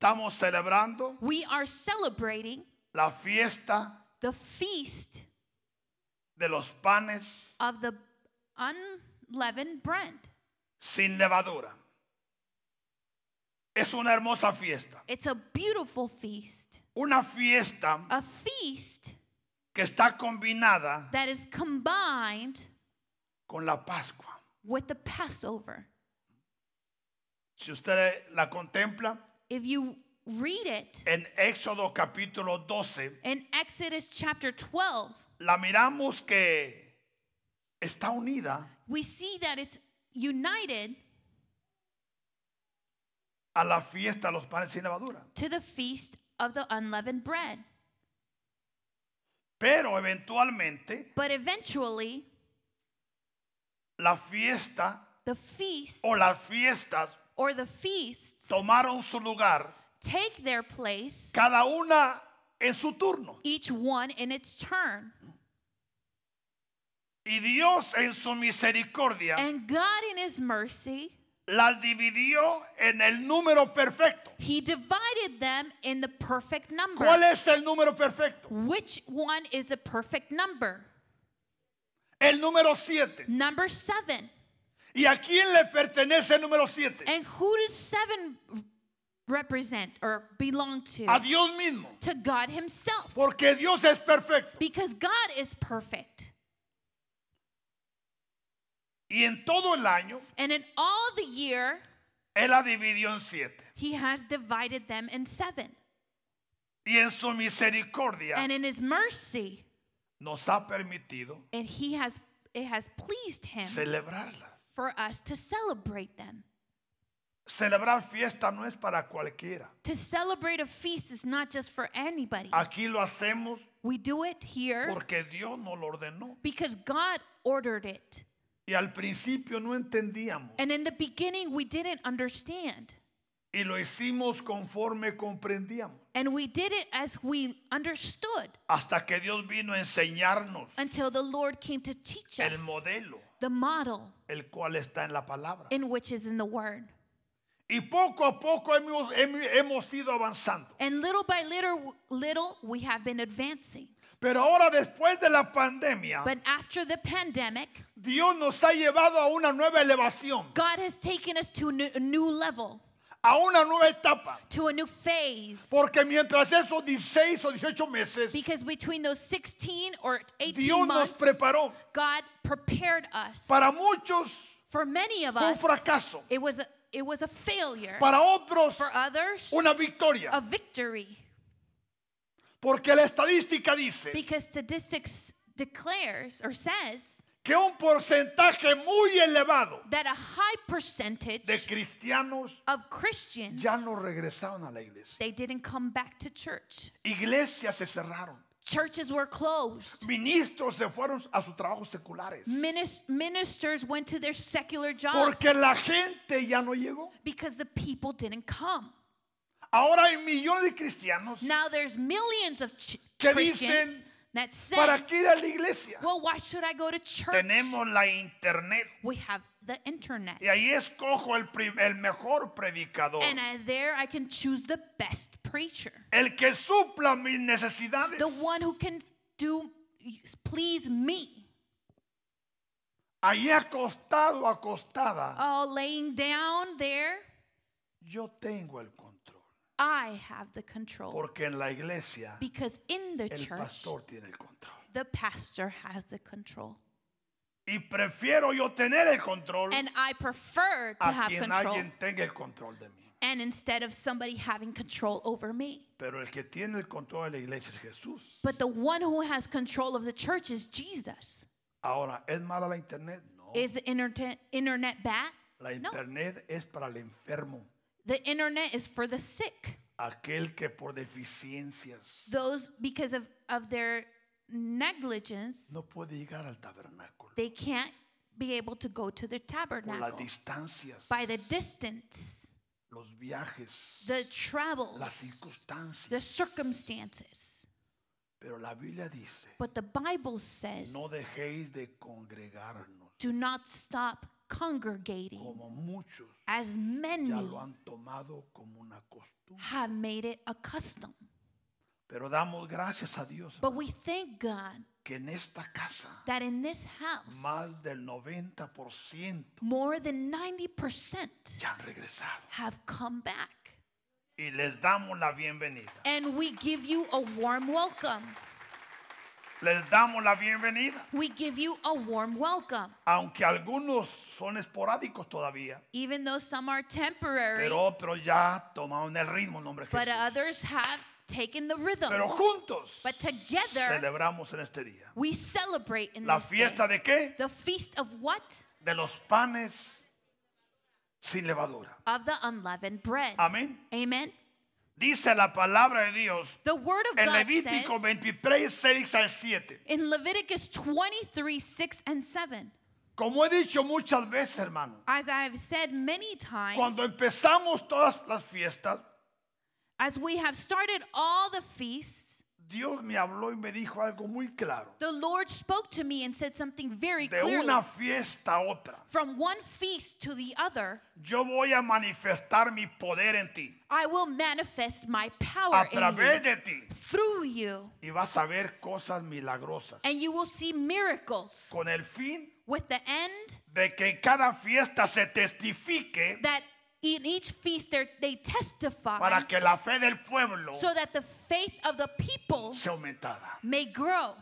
Estamos celebrando We are celebrating la fiesta the feast de los panes of the unleavened bread. sin levadura. Es una hermosa fiesta. It's a beautiful feast, Una fiesta a feast que está combinada that is combined con la Pascua. with the Passover. Si usted la contempla If you read it en Éxodo capítulo 12, in Exodus chapter 12, la miramos que está unida we see that it's united a la fiesta de los panes sin levadura. to the feast of the unleavened bread. Pero eventualmente But eventually, la fiesta the feast o las fiestas or the feasts tomaron su lugar, take their place, cada una en su turno. each one in its turn. Y Dios en su misericordia And God, in His mercy, las dividió en el número perfecto. He divided them in the perfect ¿Cuál number. es el número perfecto? Which one is the perfect number? El número 7. Number seven. ¿Y a quién le pertenece el número 7? And who does seven represent or belong A to? Dios mismo. To God Himself. Porque Dios es perfecto. Because God is perfect. Y en todo el año, And in all the year, Él la dividió en 7. He has divided them in seven. Y en su misericordia And in His mercy, nos ha permitido and He has it has pleased Him celebrarlas. for us to celebrate them. Celebrar fiesta no es para cualquiera. To celebrate a feast is not just for anybody. Aquí lo hacemos We do it here porque Dios nos lo ordenó. because God ordered it. Y al principio no entendíamos. And in the beginning, we didn't understand. Y lo hicimos conforme comprendíamos. And we did it as we understood Hasta que Dios vino a enseñarnos until the Lord came to teach el us modelo, the model el cual está en la palabra. in which is in the Word. Y poco a poco hemos, hem- hemos ido avanzando. And little by little, little, we have been advancing. Pero ahora después de la pandemia, But after the pandemic, Dios nos ha llevado a una nueva elevación, God has taken us to a new- a new level, a una nueva etapa. to a new phase. Porque mientras esos 16 o 18 meses, Because between those 16 or 18 Dios nos months, preparó. God prepared us. Para muchos, For many of Fue un us, fracaso. it was a, it was a failure. para otros, For others, una a victoria. victory, Porque la estadística dice because statistics declares or says que un porcentaje muy elevado that a high percentage de cristianos of Christians ya no regresaron a la iglesia. they didn't come back to church. Iglesias se cerraron. Churches were closed. Ministros se fueron a sus trabajos seculares. Minis- ministers went to their secular jobs Porque la gente ya no llegó. because the people didn't come. Ahora hay millones de cristianos. Now there's millions of ch- Que Christians dicen, that say, ¿Para qué ir a la iglesia? "Well, why should I go to church? Tenemos la internet. We have the internet." Y ahí escojo el, pri- el mejor predicador. And I, there I can choose the best preacher, El que supla mis necesidades. the one who can do please me. Ahí acostado, acostada. Oh, laying down there, Yo tengo el control. I have the control Porque en la iglesia because in the el church, pastor tiene el control. the pastor has the control, Y prefiero yo tener el control and I prefer to a have quien control. alguien tenga el control de mí. And instead of somebody having control over me, Pero el que tiene el control de la iglesia es Jesús. but the one who has control of the church is Jesus. Ahora, ¿es mala la internet? No. Is the internet internet bad? La No. internet es para el enfermo, The internet is for the sick. aquel que por deficiencias those because of, of their negligence no puede llegar al tabernáculo. they can't be able to go to the Por las tabernacle distancias, by the distance los viajes, the travel las the circunstancias. circumstances Pero la Biblia dice, but the bible says no dejéis de congregarnos. do not stop congregating como muchos as ya many lo han tomado como una costumbre. have made it a custom. Pero damos gracias a Dios But we thank God que en esta casa that in this house, más del 90% more than 90% ya han regresado have come back. y les damos la bienvenida. And we give you a warm welcome. Les damos la bienvenida, We give you a warm welcome. aunque algunos son esporádicos todavía, Even though some are temporary, pero otros ya tomaron el ritmo en nombre de but Jesús. others have taken the rhythm. Pero juntos But together, este celebramos en este día we celebrate in la this day. fiesta de qué? the feast of what? De los panes sin levadura. Of the unleavened bread. Amén. Amen. Dice la palabra de Dios The word of en God Levítico says 23, 6 al 7. in Leviticus 23, 6 and 7, Como he dicho muchas veces, hermano, as I have said many times, cuando empezamos todas las fiestas, as we have started all the feasts, Dios me habló y me dijo algo muy claro. the Lord spoke to me and said something very De clearly. una fiesta a otra, From one feast to the other, yo voy a manifestar mi poder en ti, I will manifest my power a in you, través de ti, through you, y vas a ver cosas milagrosas, and you will see miracles con el fin with the end de que en cada fiesta se testifique that in each feast there- they testify para que la fe del pueblo so that the faith of the people sea aumentada, may grow,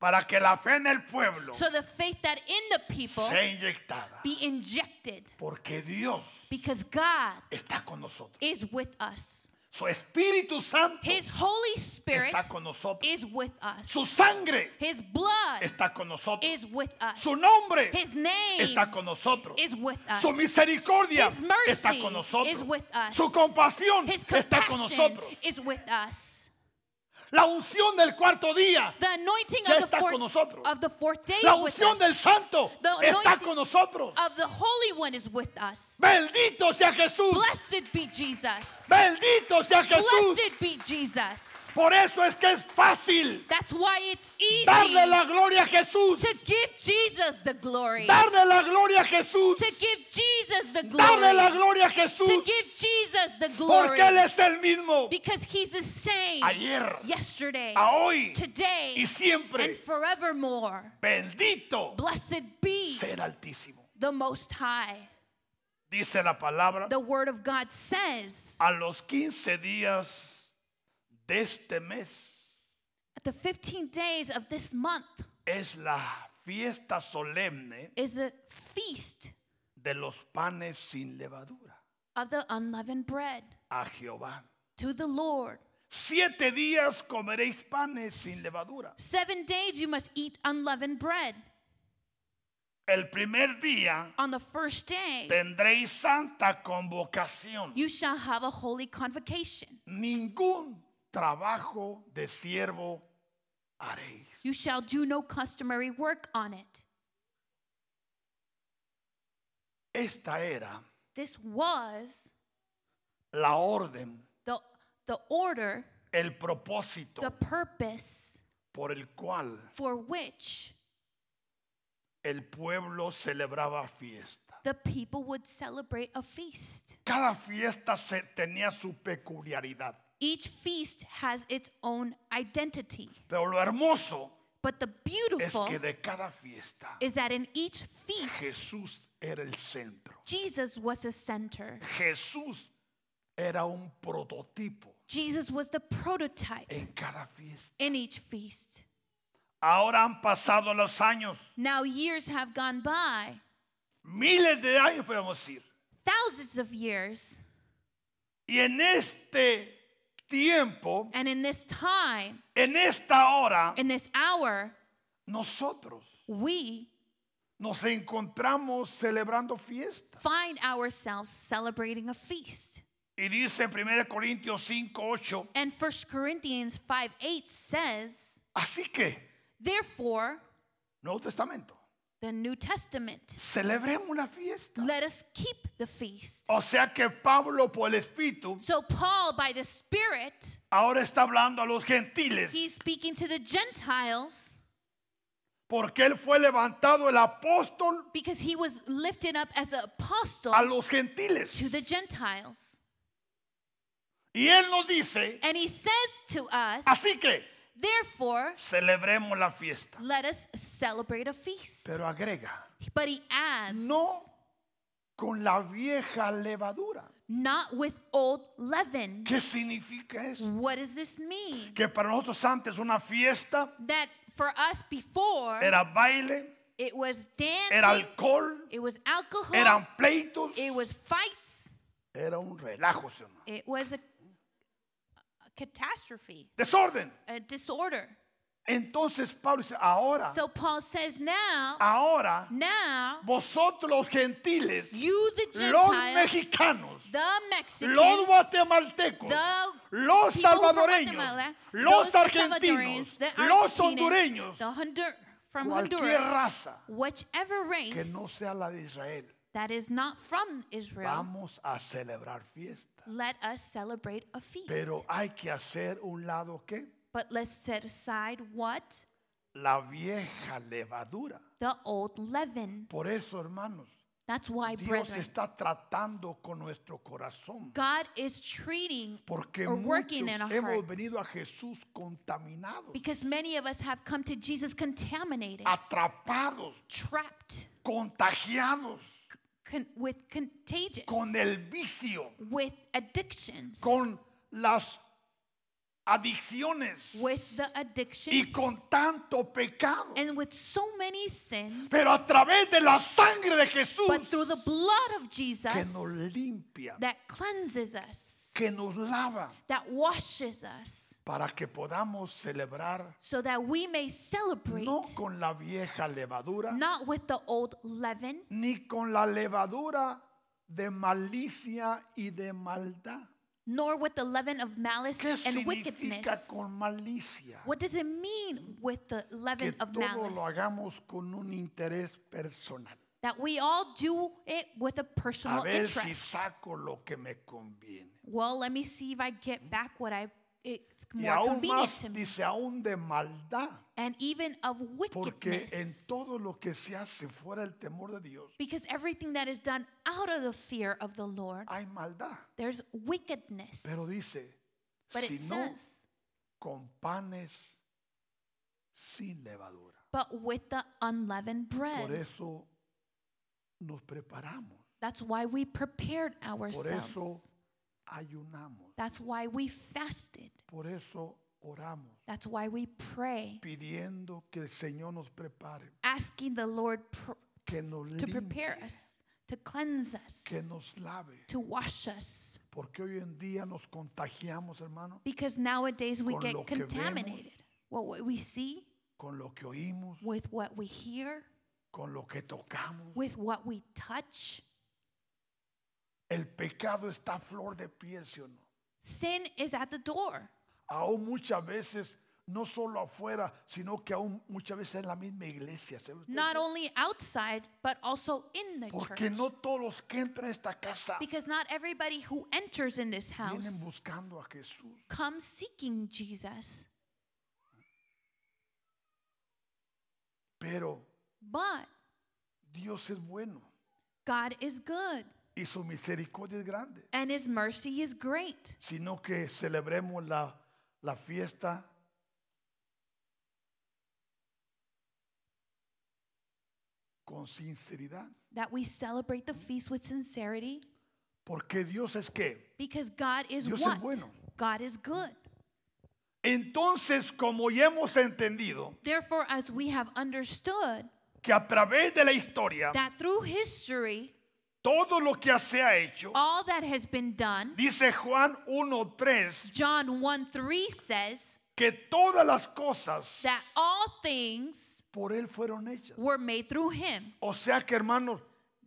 para que la fe en el pueblo so the faith that in the people sea inyectada, be injected, porque Dios because God está con nosotros. is with us. Su Espíritu Santo His Holy Spirit está con nosotros. is with us. Su sangre His blood está con nosotros. is with us. Su nombre His name Está con nosotros. is with us. Su misericordia His mercy está con nosotros. is with us. Su compasión His está con compassion nosotros. is with us. La unción del cuarto día, The anointing Ya of the, está fourth, con nosotros. of the fourth day la is with unción us. del santo The está anointing con nosotros. Of the Holy One is with us. Bendito sea Jesús. Blessed be Jesus. Bendito sea Jesús. Blessed be Jesus. Por eso es que es fácil That's why it's darle easy la gloria a Jesús. to give Jesus the glory. Darle la gloria a Jesús. To give Jesus the Darle la glory. gloria a To Jesús. give Jesus the glory. Porque Él es el mismo. Because he's the same Ayer, yesterday, a hoy y today, and siempre. forevermore. Bendito Blessed be sea el Altísimo. the Most High. Dice la palabra. The Word of God says, A los 15 días de este mes at the 15 days of this month es la fiesta solemne is a feast de los panes sin levadura of the unleavened bread a Jehová. to the Lord. Siete días comeréis panes sin levadura. Seven days you must eat unleavened bread. El primer día On the first day, tendréis santa convocación. you shall have a holy convocation. Ningún trabajo de siervo haréis. You shall do no customary work on it. Esta era This was la orden, the, the order, el propósito the purpose por el cual for which el pueblo celebraba fiesta. the people would celebrate a feast. Cada fiesta se- tenía su peculiaridad, Each feast has its own identity. pero lo hermoso But the es beautiful que de cada fiesta is that in each feast, Jesús era el centro. Jesus was the center. Jesús era un prototipo Jesus was the prototype en cada fiesta. in each feast. Ahora han pasado los años, Now, years have gone by, miles de años podemos decir, thousands of years, y en este tiempo, and in this time, en esta hora, in this hour, nosotros we nos encontramos celebrando fiesta. find ourselves celebrating a feast. Y dice 1 Corintios 5, 8, And 1 Corinthians 5 8 says, así que, Therefore, Nuevo Testamento, the New Testament celebremos la fiesta. Let us keep the feast. O sea que Pablo por el Espíritu So, Paul, by the Spirit, ahora está hablando a los gentiles. he's speaking to the Gentiles porque él fue levantado el apóstol because he was lifted up as an apostle a los to gentiles. the Gentiles. Y él nos dice, And he says to us, así que therefore, celebremos la fiesta. let us celebrate a feast. Pero agrega, But he adds, no con la vieja levadura. not with old leaven. ¿Qué significa eso? What does this mean? Que para nosotros antes una fiesta That for us before, era baile, it was era dancing, alcohol, it was alcohol, eran pleitos, it was fights, era un relajo, sí, hermano. it was a, a catastrophe, Desorden. a disorder. Entonces Pablo dice, ahora, So Paul says, now, ahora, now, vosotros los gentiles, you the los Gentiles, mexicanos, the los Mexicans, guatemaltecos, the los people from salvadoreños, Guatemala, los those argentinos, Salvadorians, the los Argentinians, hondureños, the Hondur- from cualquier Honduras, raza whichever que race no sea la de Israel, that is not from Israel, vamos a celebrar fiesta. let us celebrate a feast. Pero hay que hacer un lado que But let's set aside what? la vieja levadura. The old leaven. Por eso, hermanos, That's why, Dios brethren, está tratando con nuestro corazón. God is treating Porque or muchos working in our hemos heart. venido a Jesús contaminados, Because many of us have come to Jesus contaminated, Ah. atrapados, trapped contagiados con- with contagious, con el vicio, with addictions, con las adicciones with the addictions, y con tanto pecado. and with so many sins. Pero a través de la sangre de Jesús But through the blood of Jesus que nos limpia, that cleanses us, que nos lava that washes us, para que podamos celebrar so that we may celebrate no con la vieja levadura, not with the old leaven, ni con la levadura de malicia y de maldad. nor with the leaven of malice ¿Qué and significa wickedness. con malicia? What does it mean with the Que leaven of todo lo malice? hagamos con un interés personal. That we all do it with a A personal ver si interest. saco lo que me conviene. Well, let me see if I get back what I it's Y more aún convenient más, to me. dice, aún de maldad. And even of Porque en wickedness. todo lo que se hace fuera el temor de Dios, Because everything that is done out of the fear of the Lord, hay maldad. there's wickedness. Pero dice, But si it no says, con panes sin levadura. but with the unleavened Por bread. eso nos preparamos. That's why we prepared Por eso ourselves. ayunamos. That's why we fasted. Por eso oramos. That's why we pray, Pidiendo que el Señor nos prepare. asking the Lord pr- Que nos to prepare limpie. us, to cleanse us, Que nos lave. to wash us. Porque hoy en día nos contagiamos, hermano. Because nowadays we Con lo get que vemos. contaminated. What we- we see, Con lo que oímos. with what we hear, Con lo que tocamos. with what we touch. El pecado está a flor de piel, ¿sí o no? Sin is at the door. Aún muchas veces, no solo afuera, sino que aún muchas veces en la misma iglesia. ¿sabe usted? not only outside but also in the Porque church no todos los que entran a esta casa because not everybody who enters in this vienen house buscando a Jesús. comes seeking Jesus Pero but Dios es bueno God is good y su misericordia es grande. and his mercy is great Sino que celebremos la, la fiesta con sinceridad. that we celebrate the feast with sincerity Porque Dios es que. because God is Dios es what bueno. God is good Entonces, como ya hemos entendido therefore as we have understood que a través de la historia, that through history todo lo que se ha hecho, all that has been done dice Juan 1.3, John 1 3 says que todas las cosas that all things por Él fueron hechas. were made through him O sea que, hermanos,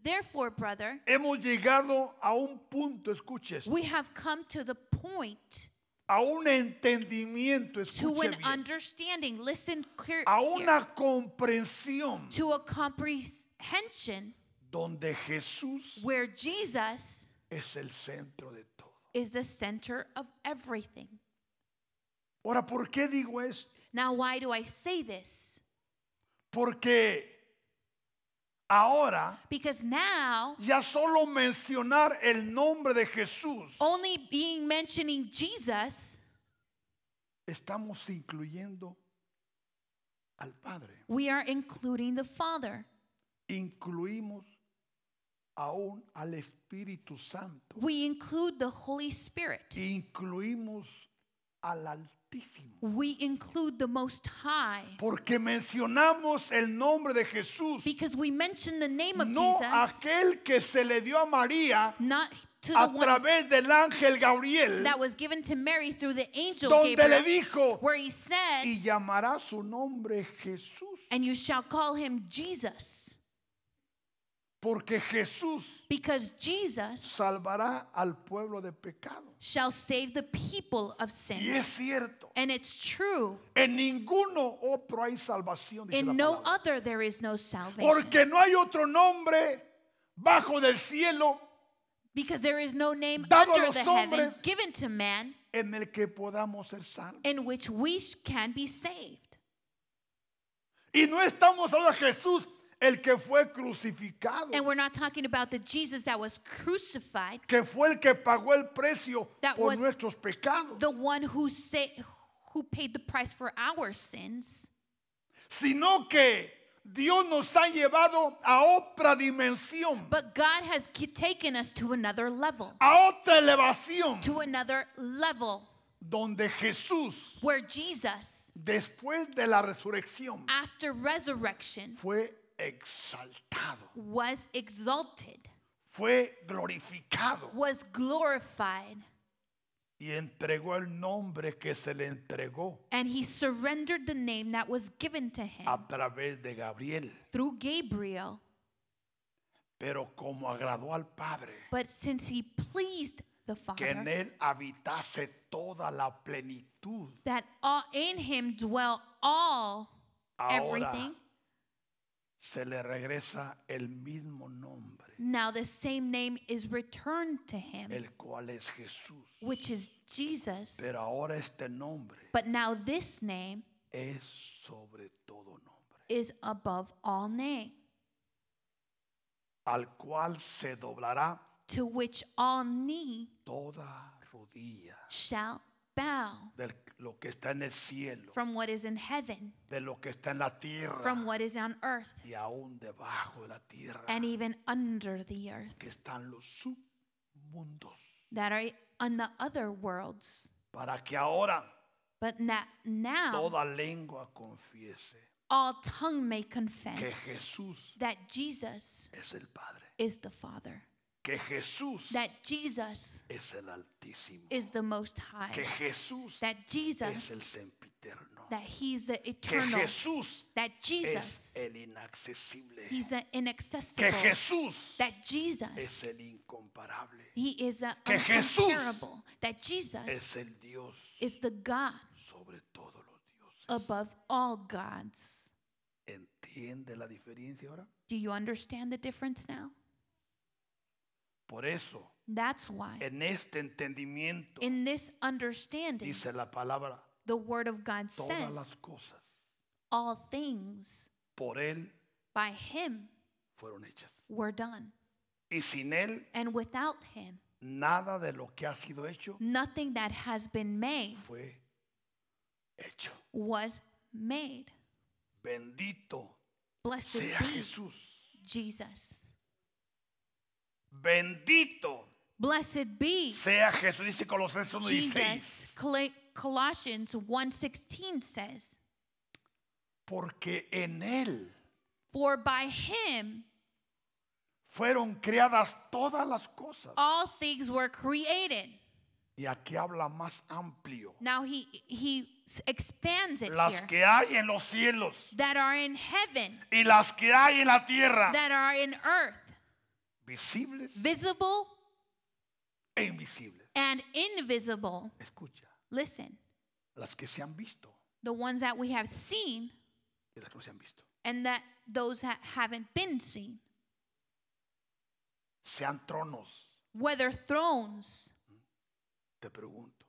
Therefore, brother, hemos llegado a un punto, escuches, we have come to the point a un entendimiento, to escuche an bien, understanding. Listen clear a here. una comprensión to a comprehension donde Jesús where Jesus es el centro de todo. is the center of everything. Ahora, ¿por qué digo esto? Now, why do I say this? Porque ahora Because now, ya solo mencionar el nombre de Jesús only being mentioning Jesus, estamos incluyendo al Padre. we are including the Father. Incluimos aún al Espíritu Santo. We include the Holy Spirit. Incluimos al Altísimo. We include the Most High. Porque mencionamos el nombre de Jesús, Because we mention the name of no Jesus, aquel que se le dio a María not to the a one través del ángel Gabriel, that was given to Mary through the angel donde le Gabriel, dijo, where he said, y llamará su nombre Jesús, And you shall call him Jesus, porque Jesús because Jesus salvará al pueblo de pecado. shall save the people of Y sin. es cierto, And it's true. en ninguno otro hay salvación, dice la In no palabra. other there is no salvation. porque no hay otro nombre bajo del cielo Because there is no name Dado a under los the heaven hombres. given to man en el que podamos ser salvos. in which we sh- can be saved. Y no estamos hablando de Jesús, el que fue crucificado, And we're not talking about the Jesus that was crucified, que fue el que pagó el precio That por was nuestros pecados, the one who sa- who paid the price for our sins, sino que Dios nos ha llevado a otra dimensión, but God has ki- taken us to another level, a otra elevación, to another level donde Jesús, where Jesus, después de la resurrección, after resurrection, fue exaltado, was exalted, fue glorificado was glorified, y entregó el nombre que se le entregó and he surrendered the name that was given to him a través de Gabriel. through Gabriel. Pero como agradó al Padre, But since he pleased the Father, que en él habitase toda la plenitud. that all, in him dwell all Ahora everything, se le regresa el mismo nombre, now the same name is returned to him, el cual es Jesús. which is Jesus. Pero ahora este nombre But now this name es sobre todo nombre, is above all name, al cual se doblará to which all knee toda rodilla shall bow, de lo que está en el cielo, from what is in heaven, de lo que está en la tierra from what is on earth, y aún debajo de la tierra, and even under the earth, que están los submundos, that are on the other worlds. para que ahora But that now toda lengua confiese all tongue may que confess. Jesús that Jesus es el Padre, is the Father, que Jesús that Jesus es el Altísimo, is the Most que High, Jesús that es el Jesus, sempiterno, that He's the que eternal, Jesús that es Jesus, el inaccesible, He's the que inaccessible, Jesús that es Jesus, el incomparable, He is the que Jesús incomparable, that Jesus es el Dios is the God sobre todos los dioses. above all gods. ¿Entiende la diferencia ahora? Do you understand the difference now? Por eso, That's why, en este entendimiento, in this understanding, dice la palabra, the Word of God todas este says, las cosas all things por Él by Him fueron hechas. were done. Y sin Él And without him, nada de lo que ha sido hecho nothing that has been made fue hecho. was made. Bendito Blessed sea be Jesús. Jesus. Bendito Blessed be sea Jesús. Dice Colosenses 1:16. Jesus. Col- Colossians 1:16 says, Porque en Él "For by him fueron creadas todas las cosas. all things were created." Y aquí habla más amplio. Now he he s- expands it Las here. que hay en los cielos That are in heaven, y las que hay en la tierra. that are in earth, Visibles visible e invisibles. and invisible. Escucha. Listen, Las que se han visto the ones that we have seen y las que no se han visto. and that those that haven't been seen, Sean tronos. whether thrones. Te pregunto.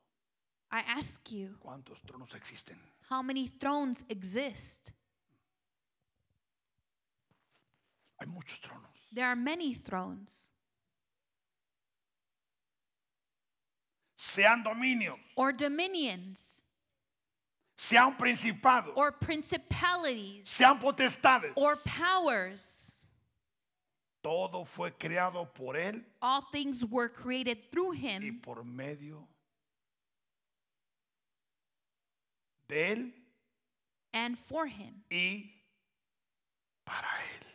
I ask you, ¿Cuántos tronos existen? how many thrones exist? Hay muchos tronos. There are many thrones Sean dominios, or dominions sean principados, or principalities sean potestades. or powers. Todo fue creado por Él All things were created through y him por medio de Él and for him. y para Él.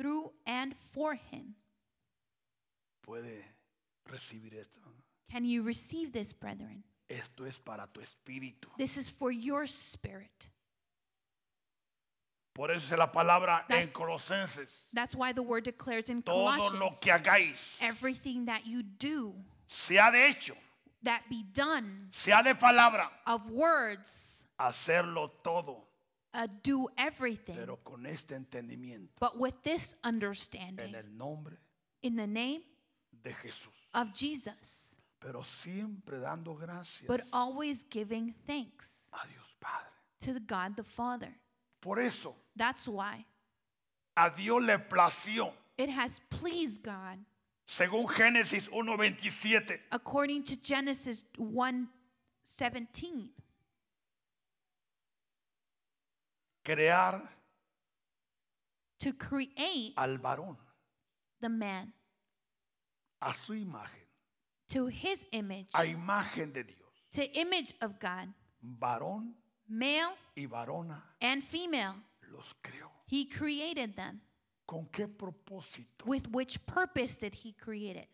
Through and for him. Puede recibir esto. Can you receive this, brethren? Esto es para tu espíritu. This is for your spirit. Por eso es la palabra en That's- Colosenses. That's why the word declares in Todo lo Colossians que hagáis, everything that you do, sea de hecho, that be done sea de palabra, of words, hacerlo todo, uh, do everything. pero con este entendimiento, But with this en understanding, el nombre in the name de Jesús. of Jesus, Pero siempre dando gracias but always giving thanks a Dios Padre. to the God the Father. Por eso That's why a Dios le plació, it has pleased God, según Génesis 1.27, according to Genesis 1 crear to create al varón the man a su imagen, to his image, a imagen de Dios. to image of God, Varón male y varona and female. los creó. He created them. ¿Con qué propósito? With which purpose did he create it?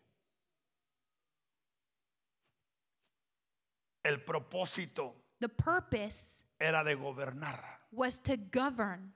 El propósito The purpose era de gobernar. was to govern.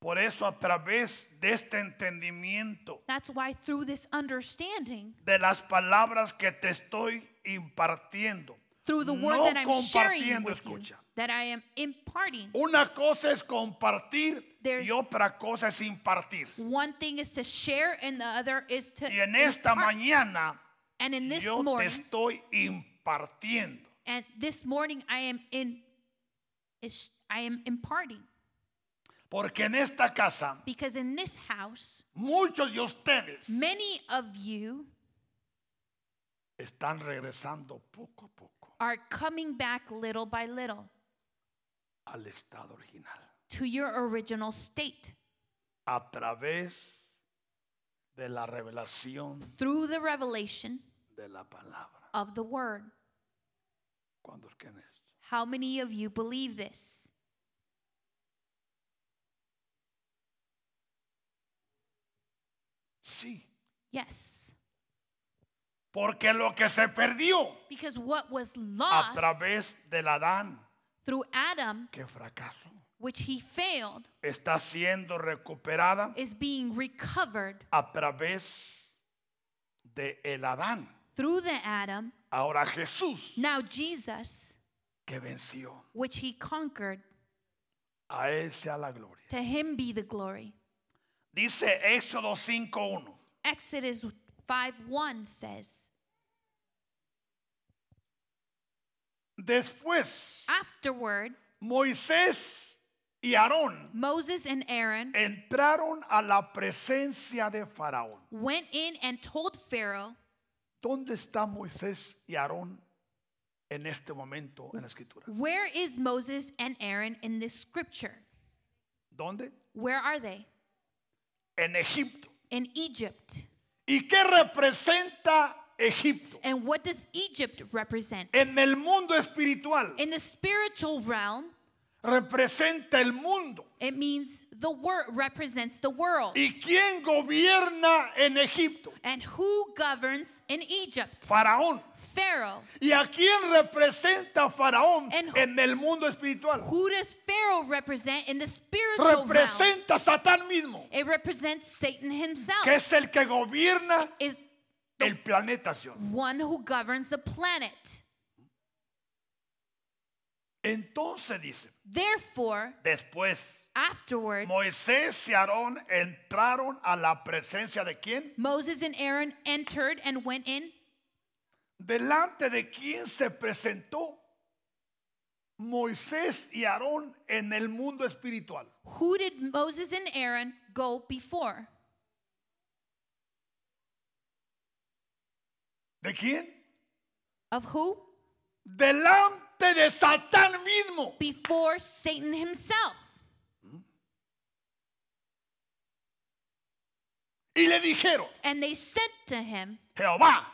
Por eso a través de este entendimiento, That's why through this understanding, de las palabras que te estoy impartiendo, through the word no that I'm sharing compartiendo, with you, escucha. that I am imparting. Una cosa es compartir y There's- otra cosa es impartir. One thing is to share, and the other is to. Y en esta impart. mañana and in this yo te morning, estoy impartiendo. and this morning, I am in. Is, I am imparting Porque en esta casa because in this house, muchos de ustedes many of you están regresando poco a poco are coming back little by little al estado original. to your original state A través de la revelación through the revelation de la palabra. of the word. ¿Cuántos creen esto? How many of you believe this? Sí. Yes. Porque lo que se perdió Because what was a lost través del Adán through Adam, que fracasó which he failed, está siendo recuperada is being recovered a través de el Adán. through the Adam. Ahora Jesús Now Jesus, que venció, which he conquered, a él sea la gloria. to him be the glory. Dice Éxodo 5:1. Exodus 5 1 says, Después Afterward, Moisés y Aarón Moses and Aaron entraron a la presencia de Faraón. went in and told Pharaoh, ¿Dónde está Moisés y Aarón en este momento en la escritura? Where is Moses and Aaron in this scripture? ¿Dónde? Where are they? En Egipto. In Egypt. ¿Y qué representa Egipto? And what does Egypt represent? En el mundo espiritual In the spiritual realm, representa el mundo. it means the word represents the world. ¿Y quién gobierna en Egipto? And who governs in Egypt? Faraón. Pharaoh. ¿Y a quién representa Faraón En- en el mundo espiritual? Who does Pharaoh represent in the spiritual realm? Representa a Satán mismo, It represents Satan que himself. es el que gobierna Is el planeta. ¿sí o no? one who governs the planet. Entonces dice, Therefore, después afterwards, Moisés y Aarón entraron a la presencia de quién? Moses and Aaron entered and went in Delante de quién se presentó Moisés y Aarón en el mundo espiritual. Who did Moses and Aaron go before? ¿De quién? Of who? Delante de Satán mismo. Before Satan himself. Y le dijeron, And they said to him, Jehová,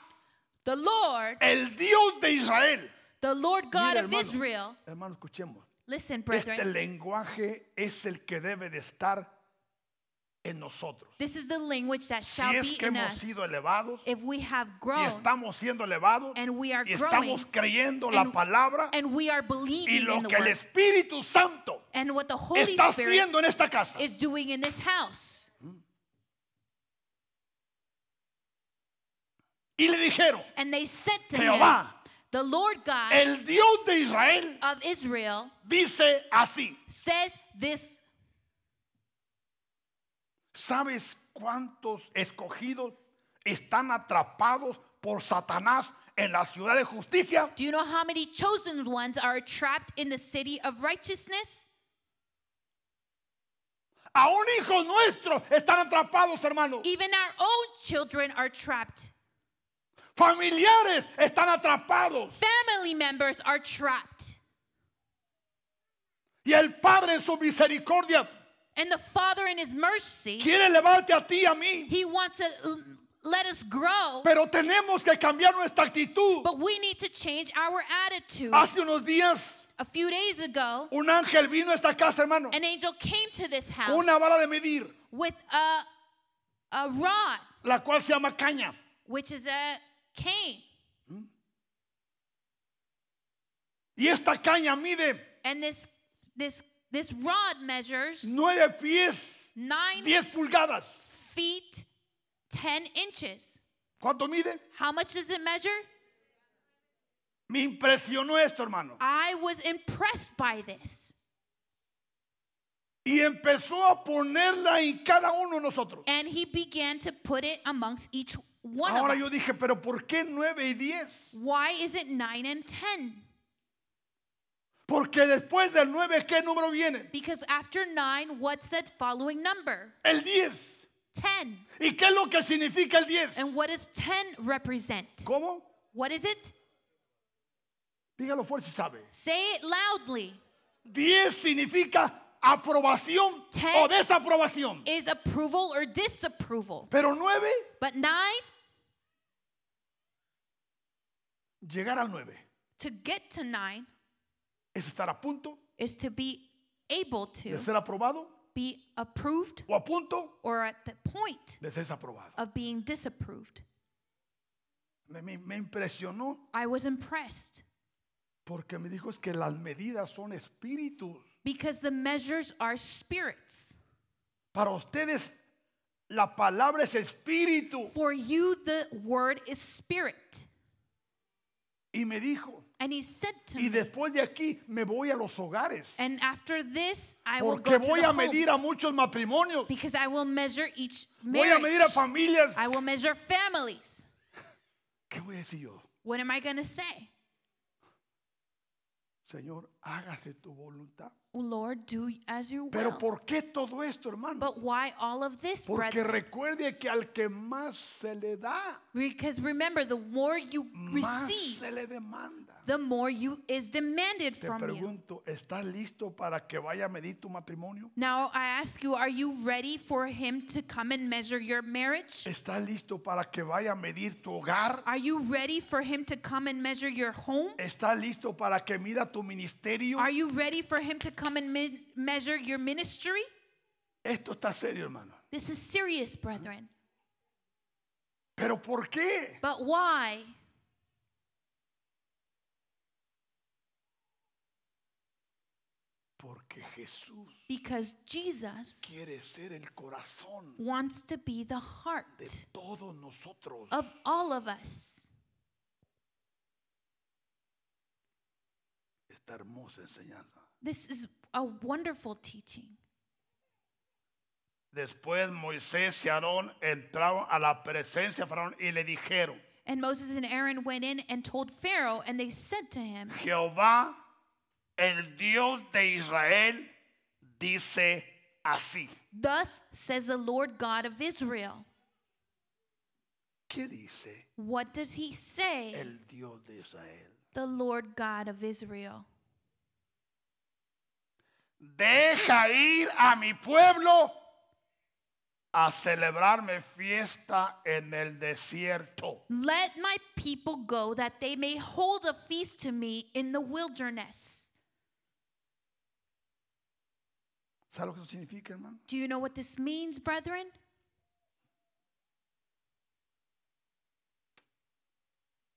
The Lord, el Dios de Israel. the Lord God Mira, of hermano. Israel. Hermano, escuchemos. Listen, brethren. Este lenguaje es el que debe de estar en nosotros. This is the language that Si shall es be que in hemos us. sido elevados If we have y grown estamos siendo elevados and we are y growing estamos creyendo and- la palabra and we are y believing lo in the que el word Espíritu Santo and what the Holy está Spirit haciendo en esta casa. is doing in this house. Y le dijeron, And they said to him, Jehová, The Lord God el Dios de Israel of Israel dice así. says this. ¿Sabes cuántos escogidos están atrapados por Satanás en la ciudad de justicia? Do you know how many chosen ones are trapped in the city of righteousness? Aún hijos nuestros están atrapados, hermanos. Even our own children are trapped. Familiares están atrapados. Family members are trapped. Y el Padre en su misericordia And the Father, in His mercy, quiere elevarte a ti y a mí. He wants to l- let us grow, Pero tenemos que cambiar nuestra actitud. but we need to change our attitude. Hace unos días A few days ago, un ángel vino a esta casa, hermano, an angel came to this con house una vara de medir, with a, a rod, la cual se llama caña. which is a cane. Y esta caña mide And this, this, this rod measures nueve pies, nine 10 pulgadas. feet, 10 inches. ¿Cuánto mide? How much does it measure? Me impresionó esto, hermano. I was impressed by this. Y empezó a ponerla en cada uno de nosotros. And he began to put it amongst each one Ahora of yo us. dije, pero ¿por qué nueve y diez? Why is it 9 and 10? Porque después del nueve, ¿qué número viene? Because after 9, what's the following number? El diez. 10. ¿Y qué es lo que significa el diez? And what does 10 represent? ¿Cómo? What is it? Dígalo fuerte si sabe. Say it loudly. 10 significa aprobación Ten. o desaprobación. Is approval or disapproval? Pero 9, But 9, llegar al 9 to get to 9, es estar a punto is to be able de to ser aprobado be approved o a punto or at the point de ser desaprobado. of being disapproved. Me, me- me impresionó I was impressed porque me dijo es que las medidas son espíritus. because the measures are spirits. Para ustedes la palabra es espíritu. For you, the word is spirit. Y me dijo, And he said to y me, después de aquí me voy a los hogares And after this, I will porque go to voy the a medir a homes, muchos matrimonios, because I will measure each voy a marriage. medir a familias. I will measure families. ¿Qué voy a decir yo? What am I going to say? Señor, hágase tu voluntad. Lord, do as you Pero will. ¿por qué todo esto, hermano? But why all of this, Porque brethren? recuerde que al que más se le da, Because remember, the more you más receive, se le demanda. the more you is demanded Te from you. pregunto, ¿estás listo para que vaya a medir tu matrimonio? Now I ask you, are you ready for him to come and measure your marriage? ¿Estás listo para que vaya a medir tu hogar? Are you ready for him to come and measure your home? ¿Estás listo para que mida tu ministerio? Are you ready for him to come and me- measure your ministry? Esto está serio, hermano. This is serious, brethren. ¿Pero por qué? But why? Porque Jesús Because Jesus quiere ser el corazón wants to be the de heart todos nosotros. of all of us. Esta hermosa enseñanza. This is a wonderful teaching. Después Moisés y Aarón entraron a la presencia de Faraón y le dijeron, And Moses and Aaron went in and told Pharaoh, and they said to him, Jehová, El Dios de Israel dice así. Thus says the Lord God of Israel. ¿Qué dice What does he say? el Dios de Israel? The Lord God of Israel. Deja ir a mi pueblo a celebrarme fiesta en el desierto. Let my people go that they may hold a feast to me in the wilderness. ¿Sabe lo que eso significa, hermano? Do you know what this means, brethren?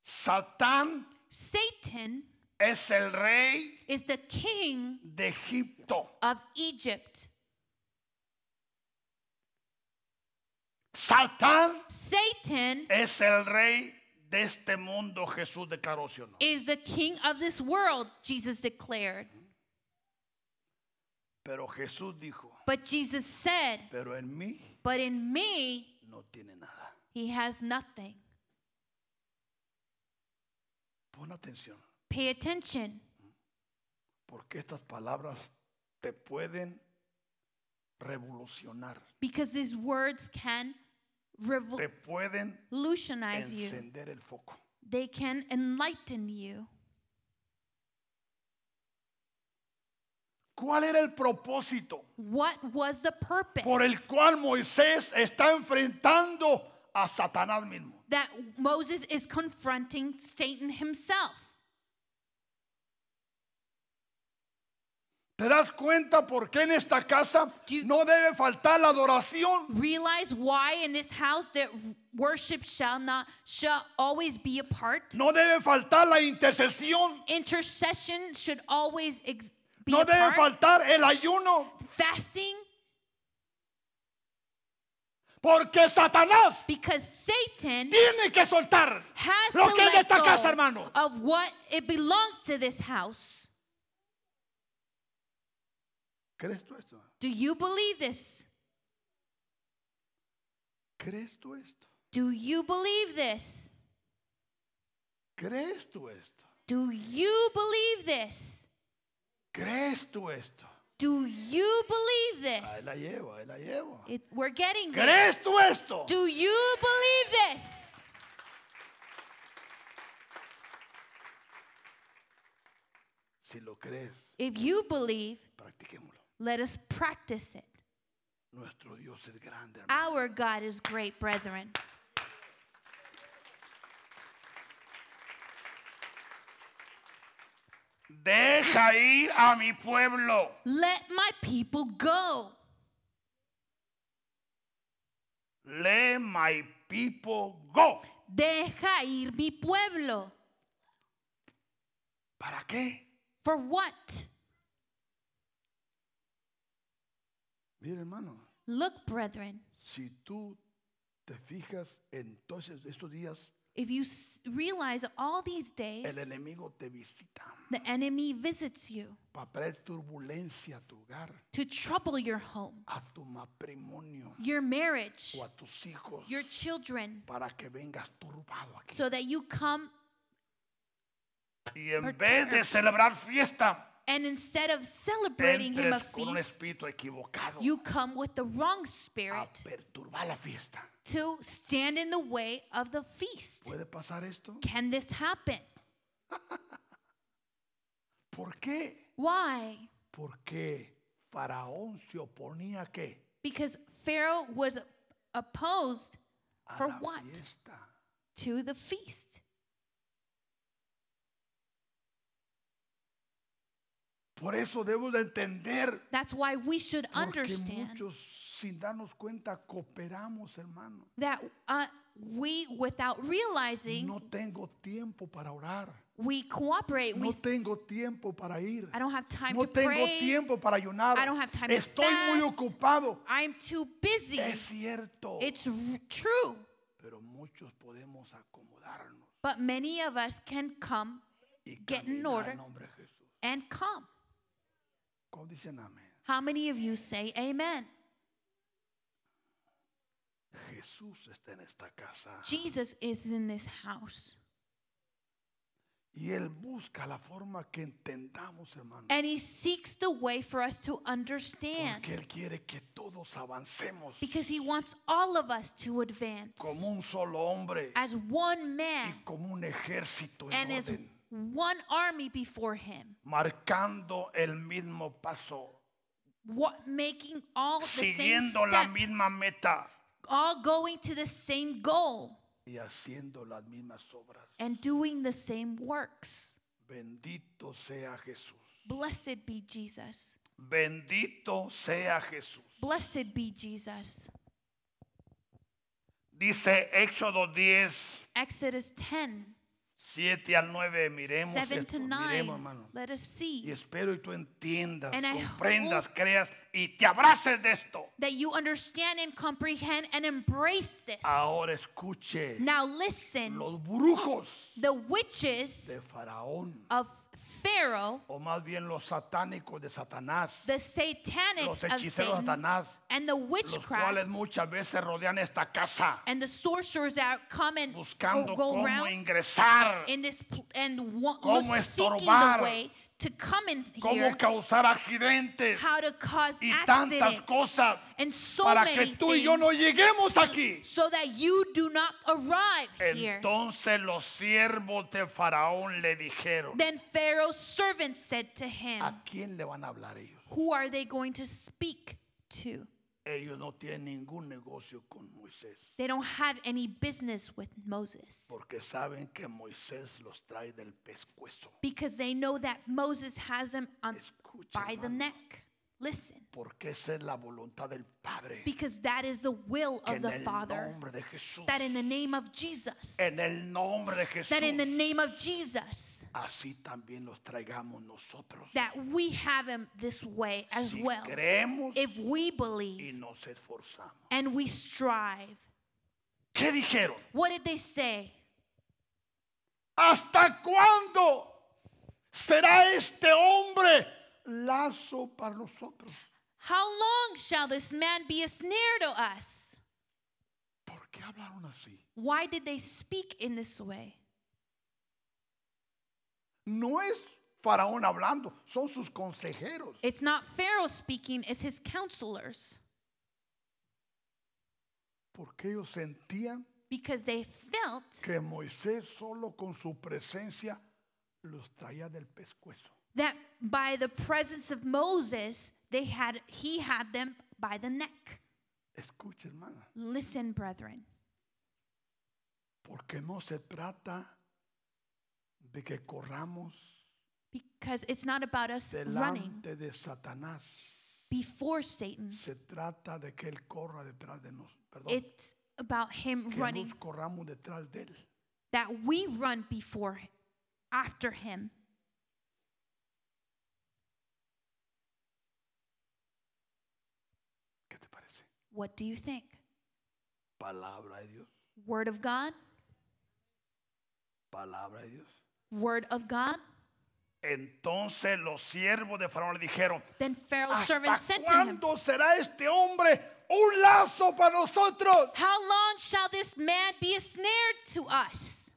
Satán Satan es el rey is the king de Egipto. of Egypt. Satán Satan es el rey de este mundo, Jesús declaró, ¿sí o no? is the king of this world, Jesus declared. Pero Jesús dijo, But Jesus said, pero en mí But in me, no tiene nada. he has nothing. Pon atención, Pay attention porque estas palabras te pueden revolucionar, because these words can te pueden revolutionize you, encender el foco. they can enlighten you. ¿Cuál era el propósito What was the purpose por el cual Moisés está enfrentando a Satanás mismo? that Moses is confronting Satan himself? ¿Te das cuenta por qué en esta casa Do you- no debe faltar la adoración? Realize why in this house that worship shall not shall always be a part. No debe faltar la intercesión. Intercession should always ex- be No a debe part. faltar el ayuno. Fasting Porque Satanás because Satan tiene que soltar has lo to que es de let esta casa, go hermano. of what it belongs to this house. ¿Crees tú esto? Do you believe this? ¿Crees tú esto? Do you believe this? ¿Crees tú esto? Do you believe this? ¿Crees tú esto? Ah, Do you believe Ahí this? la llevo, ahí la llevo. It, we're getting there. ¿Crees tú esto? Do you believe this? Si lo crees, If you believe, practiquémoslo. let us practice it. Nuestro Dios es grande. hermano. Our God is great, brethren. Deja ir a mi pueblo. Let my people go. Let my people go. Deja ir mi pueblo. ¿Para qué? For what? Mira, hermano. Look, brethren, Si tú te fijas, entonces estos días if you s- realize all these days el enemigo te visita the enemy visits you para traer turbulencia a tu hogar, to trouble your home, a tu matrimonio your marriage, o a tus hijos your children, para que vengas turbado aquí. so that you come Y en vez de celebrar fiesta, and instead of celebrating him a entres con un feast, espíritu equivocado you come with the wrong spirit a perturbar la fiesta. to stand in the way of the feast. ¿Puede pasar esto? Can this happen? ¿Por qué? Why? Porque Faraón se oponía a qué? Because Pharaoh was opposed A For la what? fiesta. to the feast. Por eso debemos de entender That's why we should Porque understand muchos sin darnos cuenta cooperamos, hermano. that uh, we, without realizing, No tengo tiempo para orar. we cooperate. we, No s- tengo tiempo para ir. I don't have time No to tengo pray. tiempo para ayunar. I don't have time to Estoy muy fast. ocupado. I'm too busy. Es cierto. It's r- true, Pero muchos podemos acomodarnos but many of us can come y Get in caminar order. en nombre de Jesús. and come. ¿Cómo dicen amén? How many of you say amen? Jesús está en esta casa. Jesus is in this house. Y Él busca la forma que entendamos, hermano. And He seeks the way for us to understand Porque Él quiere que todos avancemos because He wants all of us to advance como un solo hombre as one man y como un ejército en and as orden, one army before Him, marcando el mismo paso, what, making all the same siguiendo la step, misma meta all going to the same goal y haciendo las mismas obras. and doing the same works. Bendito sea Jesús. Blessed be Jesus. Bendito sea Jesús. Blessed be Jesus. Dice Éxodo 10, Exodus 10, 7 al 9. Miremos 7 esto, to 9. miremos, hermano. Let us Y see espero y tú entiendas, And I comprendas, creas y te abraces de esto. that you understand and comprehend and embrace this. Ahora escuche Now listen, los brujos the witches de Faraón, of Pharaoh, o más bien los satánicos de Satanás, the los satanics of hechiceros de Satan, Satanás, and the los witchcraft cuales muchas veces rodean esta casa and the sorcerers that come and buscando go- go cómo around ingresar, in this pl- and wa- cómo look, seeking the estorbar, way to come in here, cómo causar accidentes how to cause y tantas accidents cosas and so para many que tú y things. yo no lleguemos aquí. so that you do not arrive here. Entonces los siervos de Faraón le dijeron, Then Pharaoh's servants said to him, ¿a quién le van a hablar ellos? Who are they going to speak to? Ellos no tienen ningún negocio con Moisés, They don't have any business with Moses porque saben que Moisés los trae del pescuezo. because they know that Moses has them on, Escucha, by the hermano, neck. Listen, porque esa es la voluntad del Padre. because that is the will que of en the el Father. nombre de Jesús, That in the name of Jesus, en el nombre de Jesús, that in the name of Jesus, así también los traigamos nosotros. that we have him this way as si well. creemos If y we believe nos esforzamos. and we strive. ¿Qué dijeron? What did they say? ¿Hasta cuándo será este hombre lazo para nosotros? How long shall this man be a snare to us? ¿Por qué hablaron así? Why did they speak in this way? No es Faraón hablando, son sus consejeros. It's not Pharaoh speaking, it's his counselors. Porque ellos sentían Because they felt que Moisés solo con su presencia los traía del pescuezo. that by the presence of Moses, they had he had them by the neck. Escucha, hermana, Listen, brethren, porque no se trata de que corramos because it's not about us running delante de Satanás. before Satan. Se trata de que él corra detrás de nosotros. Perdón. It's about him que running, nos corramos detrás de él. that we run before him, after him. ¿Qué te parece? What do you think? Palabra de Dios. Word of God? Palabra de Dios. Word of God? Entonces los siervos de Faraón le dijeron, Then Pharaoh's servants ¿hasta said to him, cuándo será este hombre un lazo para nosotros? How long shall this man be a snare to us?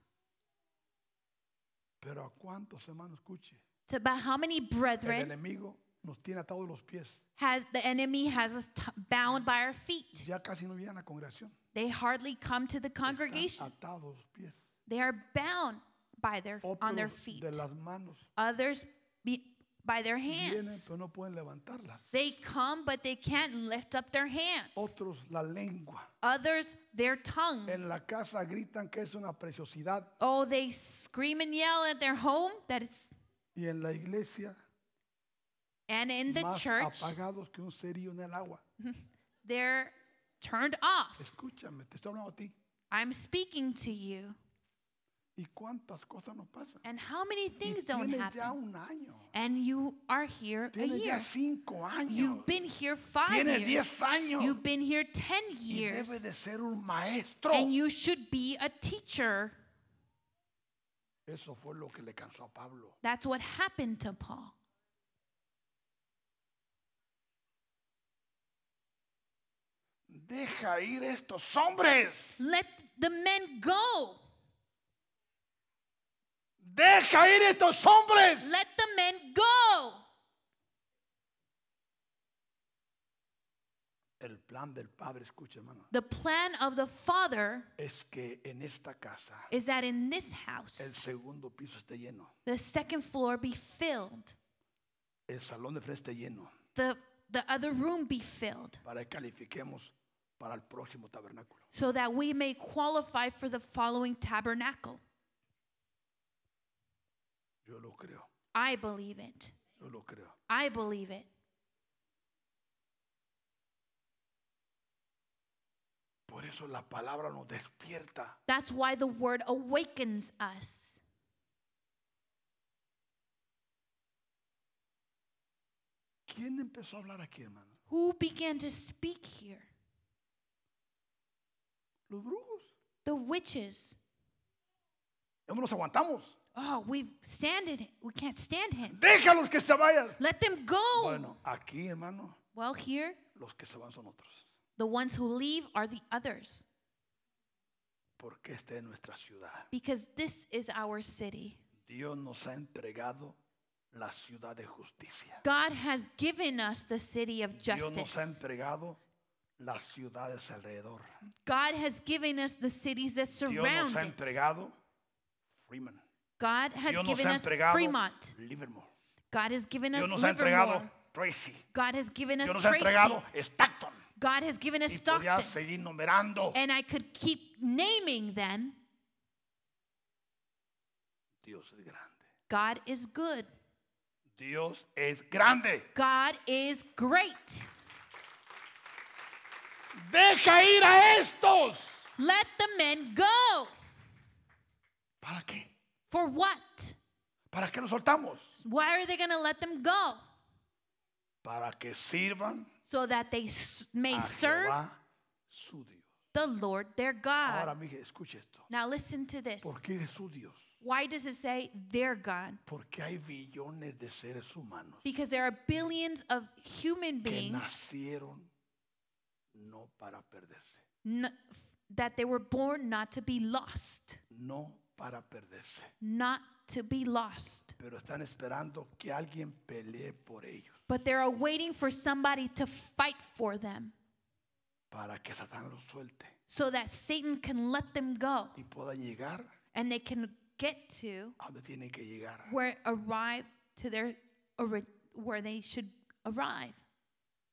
Pero a cuántos hermanos escuche. To about how many El brethren enemigo nos tiene atados los pies. has the enemy has us t- bound by our feet? Ya casi no vienen a la congregación. They hardly come to the Están congregation. atados los pies. They are bound by their on their Otros feet. de las manos Others be, by their vienen hands. pero no pueden levantarlas. They come but they can't lift up their hands. Otros la lengua. Others their tongue. En la casa gritan que es una preciosidad Oh, they scream and yell at their home that it's y en la iglesia and in the más church apagados que un cerillo en el agua. they're turned off. Escúchame, te estoy hablando a ti. I'm speaking to you. ¿Y cuántas cosas nos pasan? And how many Y things don't tienes ya happen? un año. And you are here a Tienes ya year. cinco años. You've been here five Tienes years. diez años. You've been here ten Y years. debe de ser un maestro. And you should be a teacher. Eso fue lo que le cansó a Pablo. That's what happened to Paul. Deja ir estos hombres. Let the men go. Deja ir estos hombres. Let the men go. El plan del Padre, escucha hermano, The plan of the Father es que en esta casa is that in this el house, segundo piso esté lleno, the second floor be filled, el salón de frente esté lleno, the, the other room be filled, para que califiquemos para el próximo tabernáculo. so that we may qualify for the following tabernacle. Yo lo creo, I believe it. yo lo creo. I believe it. Por eso la palabra nos despierta. That's why the word awakens us. ¿Quién empezó a hablar aquí, hermano? Who began to speak here? Los brujos. The witches. Ya no los aguantamos. Oh, we've standed. We can't stand him. Déjalos que se vayan. Let them go. Bueno, aquí, hermano, Well, here, los que se van son otros. the ones who leave are the others Porque esta es nuestra ciudad. because this is our city. Dios nos ha entregado la ciudad de justicia. God has given us the city of Dios nos ha justice. entregado las ciudades alrededor. God has given us the cities that Dios nos surround ha it. entregado Freeman. God has Dios nos given ha us entregado Fremont. Livermore. God has given us Dios nos ha Livermore. entregado Tracy. God has given us Dios nos ha Tracy. entregado Stockton. God has given us Y podía Stockton. seguir numerando. And I could keep naming them. Dios es grande. God is good. Dios es grande. God is great. Deja ir a estos. Let the men go. ¿Para qué? For what? ¿Para qué los soltamos? Why are they going to let them go? Para que sirvan So that they s- may a serve Ah, Jehová su Dios. the Lord their God. Ahora, mire, escuche esto. now listen to this. ¿Por qué es su Dios? Why does it say their God? Porque hay billones de seres humanos Because there are billions of human que beings nacieron no para perderse, n- that they were born not to be lost, no para perderse, not to be lost. pero están esperando que alguien pelee por ellos But they're waiting for somebody to fight for them para que Satán los suelte so that Satan can let them go y pueda llegar and they can get to a donde tienen que llegar. where arrive to their ori- where they should arrive.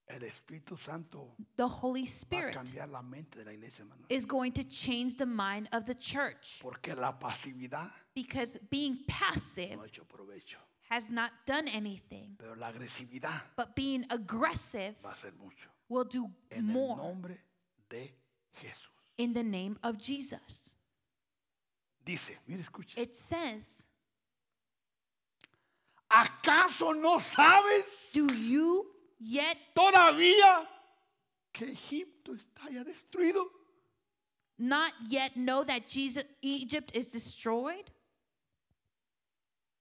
El Espíritu Santo The Holy va a Spirit cambiar la mente de la iglesia, hermano. is going to change the mind of the church Porque la pasividad because being passive no ha hecho provecho, has not done anything, pero la agresividad but being aggressive va a ser mucho. will do En el more nombre de Jesús. in the name of Jesus. Dice, mire, escuche. It says, ¿Acaso no sabes "Do you yet todavía que Egipto está ya destruido? not yet know that Jesus, Egypt is destroyed?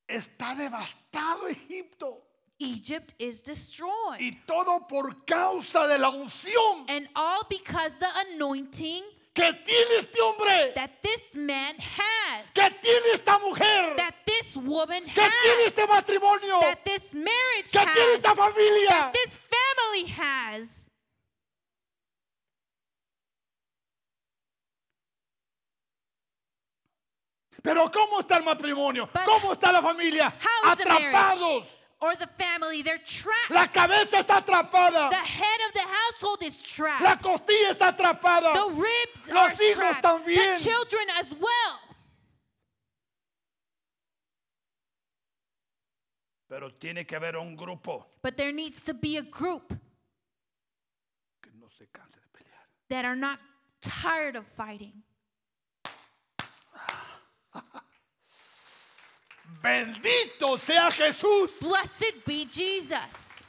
Está devastado Egipto. Egypt is destroyed. Y todo por causa de la unción And all because the anointing que tiene este hombre, that this man has, que tiene esta mujer, that this woman que tiene has, este matrimonio, that this marriage que tiene has, esta familia. this family has. Pero ¿cómo está el matrimonio? But ¿Cómo está la familia? How is the marriage Atrapados. or the family? They're La trapped. cabeza está atrapada. The head of the household is La trapped. costilla está atrapada. The ribs Los are hijos trapped. también. The children as well. Pero tiene que haber un grupo But there needs to be a group que no se canse de pelear. that are not tired of fighting. Bendito sea Jesús. Blessed be Jesus.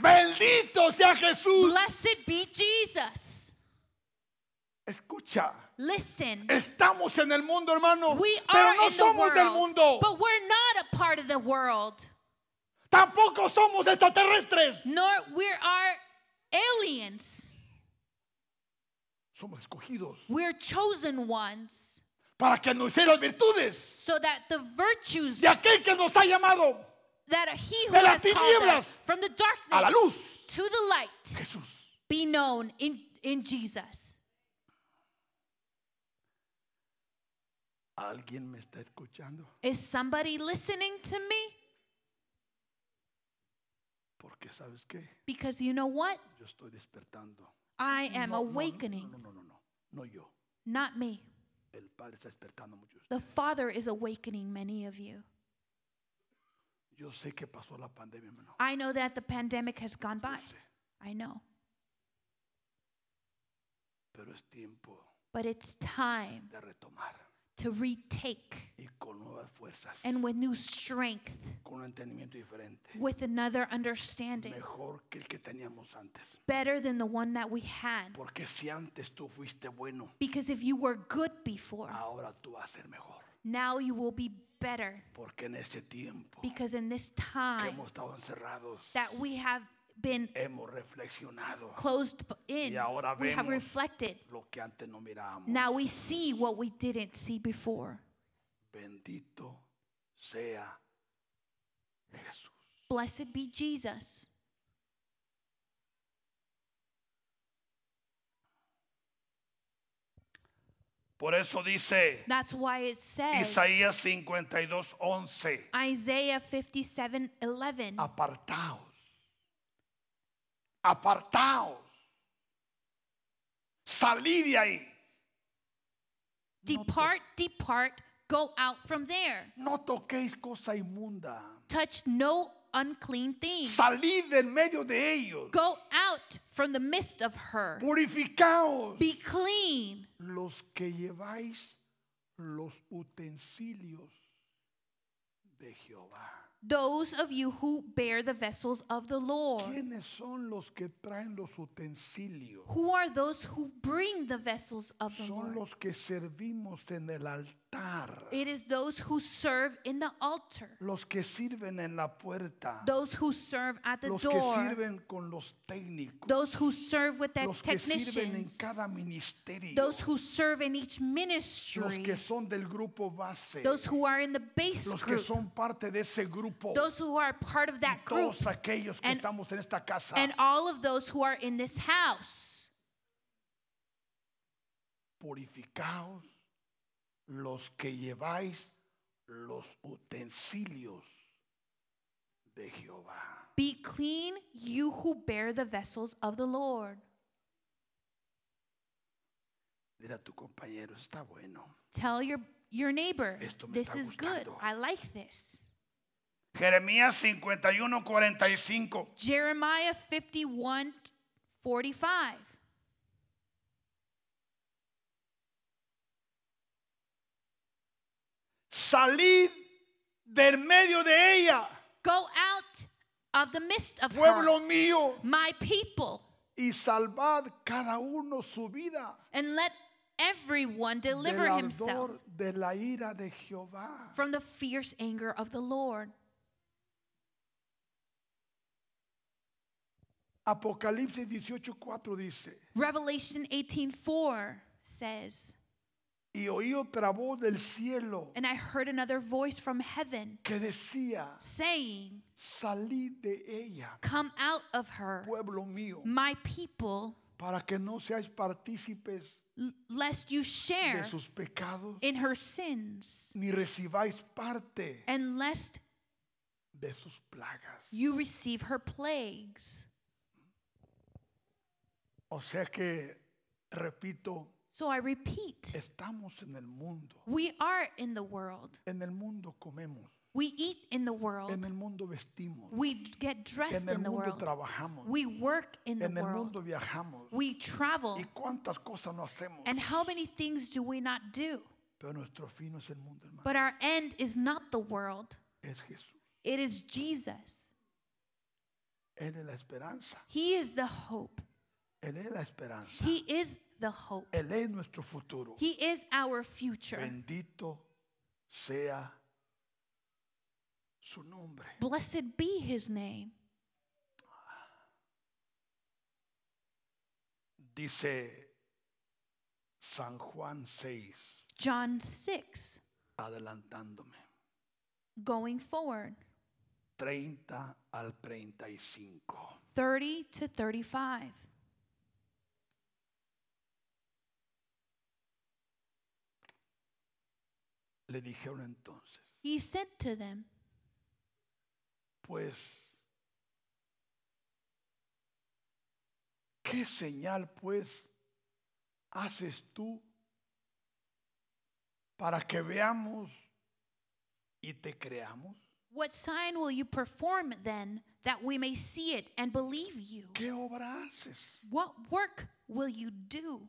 Bendito sea Jesús. Blessed be Jesus. Escucha. Listen. Estamos en el mundo, hermano. We Pero are no in the somos world, del mundo. but we're not a part of the world. Tampoco somos extraterrestres. Nor we are aliens. Somos escogidos. We're chosen ones. para que anuncie las virtudes so that the virtues de aquel que nos ha llamado, that he who de has las called tinieblas us from the a la darkness luz. to the light Jesús. be known in, in Jesus. ¿Alguien me está escuchando? Is somebody listening to me? Porque sabes qué, Because you know what? yo estoy despertando. I am No, no, no, awakening, No, no, no, no, no, no yo. not me. El Padre está despertando a muchos. The Father is awakening many of you. Yo sé que pasó la pandemia, hermano. I know that the pandemic has gone Yo by. sé, I know. pero es tiempo But it's time de retomar to retake y con nuevas fuerzas, and with new strength, con un entendimiento diferente, with another understanding, mejor que el que teníamos antes. better than the one that we had. Porque si antes tú fuiste bueno, Because if you were good before, ahora tú vas a ser mejor. now you will be better. Porque en ese tiempo Because in this que time hemos estado encerrados, that we have been hemos reflexionado closed b- in, Y ahora we have vemos. reflected. lo que antes no mirábamos. Now we see what we didn't see before. Bendito sea Jesús. Blessed be Jesus. Por eso dice That's why it says Isaías 52, 11. Isaiah 57 11. Ah, Apartaos. Apartaos. Salid de ahí. Depart, depart, go out from there. No toquéis cosa inmunda. Touch no unclean thing. Salid del medio de ellos. Go out from the midst of her. Purificaos. Be clean, Los que lleváis los utensilios de Jehová. those of you who bear the vessels of the Lord. ¿Quiénes son los que traen los utensilios? Who are those who bring the vessels of the Son Lord? los que servimos en el altar, It is those who serve in the altar, los que sirven en la puerta, those who serve at the los que door, sirven con los técnicos, those who serve with their los que sirven en technicians, cada ministerio, those who serve in each los ministry, que son del grupo base, those who are in the base los que group, son parte de ese grupo, those who are part of that group, todos aquellos que and- estamos en esta casa. and all of those who are in this house. Purificaos los que lleváis los utensilios de Jehová. Be clean, you who bear the vessels of the Lord. Mira tu compañero, está bueno. Tell your your neighbor, Esto me this está is good. gustando." I like this. Jeremías 51, 45. Jeremiah 51 45. Salid del medio de ella, Go out of the midst of pueblo her, mío, my people, y salvad cada uno su vida and let everyone del deliver himself ardor de la ira de Jehová. from the fierce anger of the Lord. Apocalipsis 18, 4 dice, Revelation 18 4 says, y oí otra voz del cielo And I heard another voice from heaven que decía, saying, salid de ella, Come out of her, pueblo mío, my people, para que no seáis partícipes l- lest you de share sus pecados, in her sins, ni recibáis parte and lest de sus plagas. you receive her plagues. O sea que, repito, So I repeat, estamos en el mundo. we are in the world. En el mundo comemos, We eat in the en world. el mundo vestimos, We d- get dressed en el in the mundo world. trabajamos, We work in the en el mundo world. viajamos. We travel. Y cuántas cosas no hacemos, And how many things do we not do? pero nuestro fin no es el mundo, hermano. But our end is not the world, Es Jesús. it is Jesus. Él es la esperanza. He is the hope. Él es la esperanza. He is the hope. Él es nuestro futuro. He is our future. Bendito sea su nombre. Blessed be his name. Dice San Juan 6. John 6, adelantándome. going forward, 30 al 35. 30 to 35. Le dijeron entonces, He said to them, pues, ¿qué señal pues haces tú para que veamos y te creamos? What sign will you perform then that we may see it and believe you? ¿Qué obra haces? What work will you do?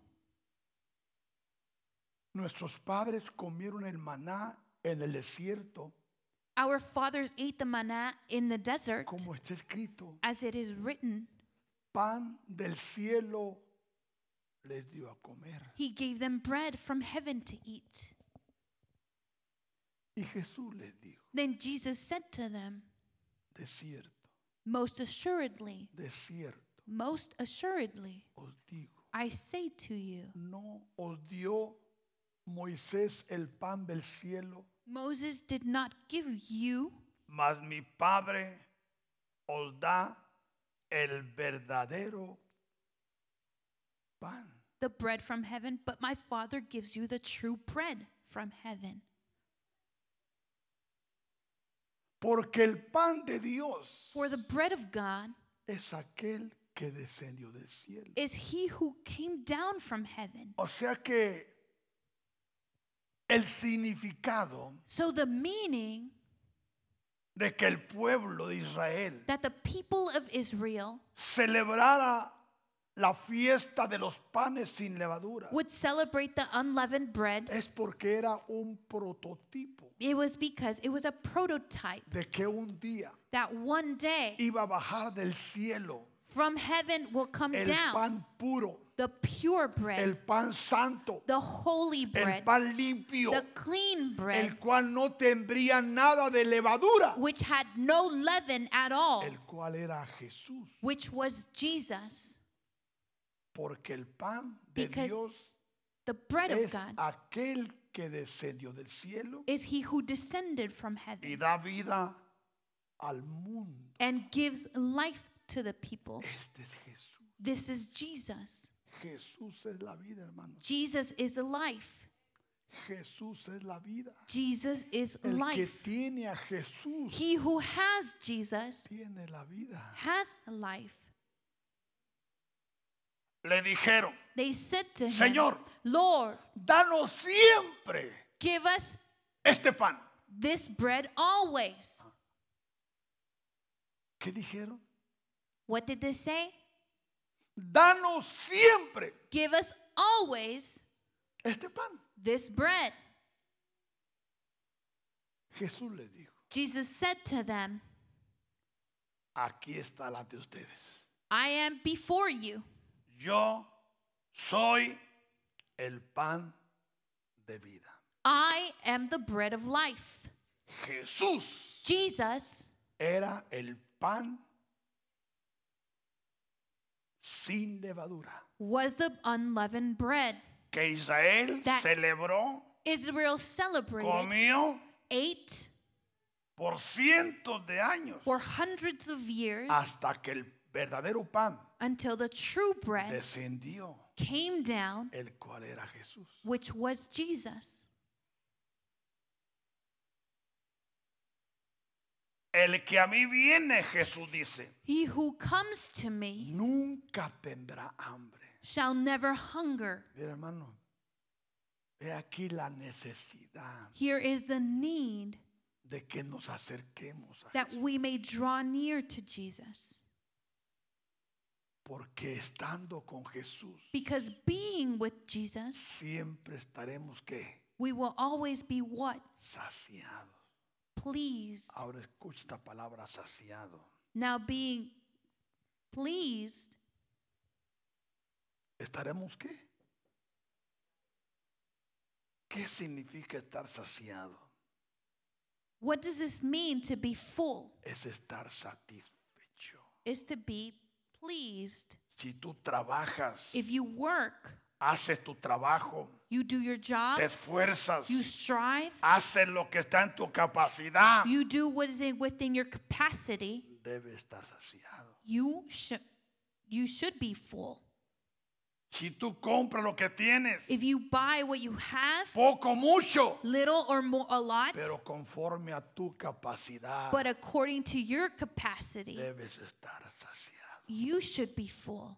Nuestros padres comieron el maná en el desierto, Our fathers ate the manna in the desert, como está escrito, as it is written, pan del cielo les dio a comer. He gave them bread from heaven to eat. Y Jesús les dijo, Then Jesus said to them, de cierto, Most assuredly, de cierto most assuredly, os digo, I say to you, no os dio Moisés el pan del cielo, Moses did not give you, mas mi Padre os da el verdadero pan. the bread from heaven, but my Father gives you the true bread from heaven. Porque el pan de Dios For the bread of God es aquel que descendió del cielo. is he who came down from heaven. O sea que el significado So the meaning de que el pueblo de Israel that the people of Israel celebrara la fiesta de los panes sin levadura would celebrate the unleavened bread, es porque era un prototipo it was because it was a prototype de que un día that one day iba a bajar del cielo from heaven will come el down pan puro, the pure bread, el pan santo, the holy el bread, pan limpio, the clean bread, el cual no tendría nada de levadura, which had no leaven at all, el cual era Jesús, which was Jesus, porque el pan de Because Dios the bread of es God, aquel que descendió del cielo is he who descended from y heaven da vida al mundo. and gives life to the people. Este es Jesús. This is Jesus. Jesús es la vida, hermanos. Jesus is the life. Jesús es la vida. Jesus is El que life. tiene a Jesús He who has Jesus tiene la vida. has life. Le dijeron, They said to him, Señor. Lord, danos siempre give us este pan. this bread always. ¿Qué dijeron? What did they say? Danos siempre Give us always este pan. this bread. Jesús les dijo, Jesus said to them, aquí está delante de ustedes. I am before you. Yo soy el pan de vida. I am the bread of life. Jesús Jesus era el pan sin levadura was the unleavened bread. que Israel That- celebró, Israel celebrated, comió ate por cientos de años for hundreds of years hasta que el verdadero pan until the true bread descendió, came down, el cual era Jesús. which was Jesus. El que a mí viene, Jesús dice, He who comes to me nunca tendrá hambre. shall never hunger. Mira, hermano, he aquí la necesidad Here is the need de que nos acerquemos a that Jesús, we may draw near to Jesus. porque estando con Jesús Because being with Jesus, siempre estaremos que we will always be what? saciados. Pleased. Ahora escucha esta palabra saciado. Now, being pleased, ¿Estaremos qué? ¿Qué significa estar saciado? what does this mean to be full? Es estar satisfecho. Is to be pleased. Si tú trabajas If you work, Haces tu trabajo, You do your job, te esfuerzas, you strive, haces lo que está en tu capacidad. you do what is in- within your capacity. Debe estar saciado. You should you should be full. Si tú compras lo que tienes, If you buy what you have, poco o mucho, little or more a lot, pero conforme a tu capacidad, but according to your capacity, debes estar saciado. you should be full.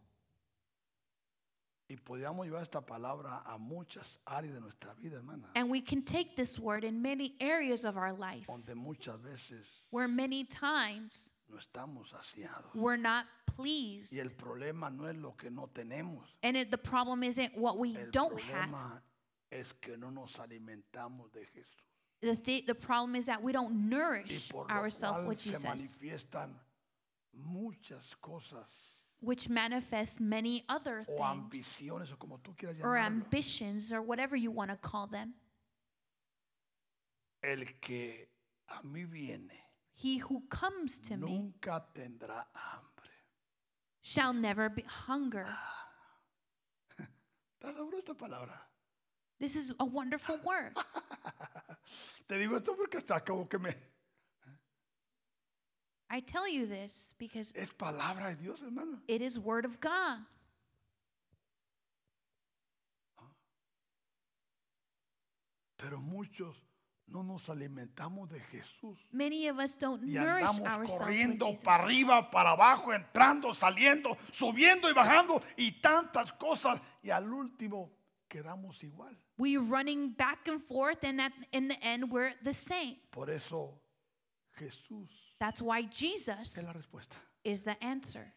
Y podríamos llevar esta palabra a muchas áreas de nuestra vida, hermana, And we can take this word in many areas of our life donde muchas veces where many times no estamos saciados. we're not Y pleased. el problema no es lo que no tenemos. And it, the problem isn't what we El don't have. problema es que no nos alimentamos de Jesús. The, th- the problem is that we don't Y nourish por lo ourselves cual with se Jesus, manifiestan muchas cosas which manifests many other o things ambiciones o como tú quieras or llamarlo. ambitions or whatever you want to call them. El que a mí viene He who comes to me nunca tendrá hambre. shall never be hunger. ¿Te logró esta palabra? This is a wonderful word. Te digo esto porque hasta como que me... I tell you this because Es palabra de Dios, hermano. it is word of God. Pero muchos no nos alimentamos de Jesús. Many of us don't Y nourish andamos ourselves with corriendo Jesus. para arriba, para abajo, entrando, saliendo, subiendo y bajando y tantas cosas. Y al último quedamos igual. We're running back and forth, and that in the end, we're the same. Por eso Jesús That's why Jesus es la respuesta. is the answer.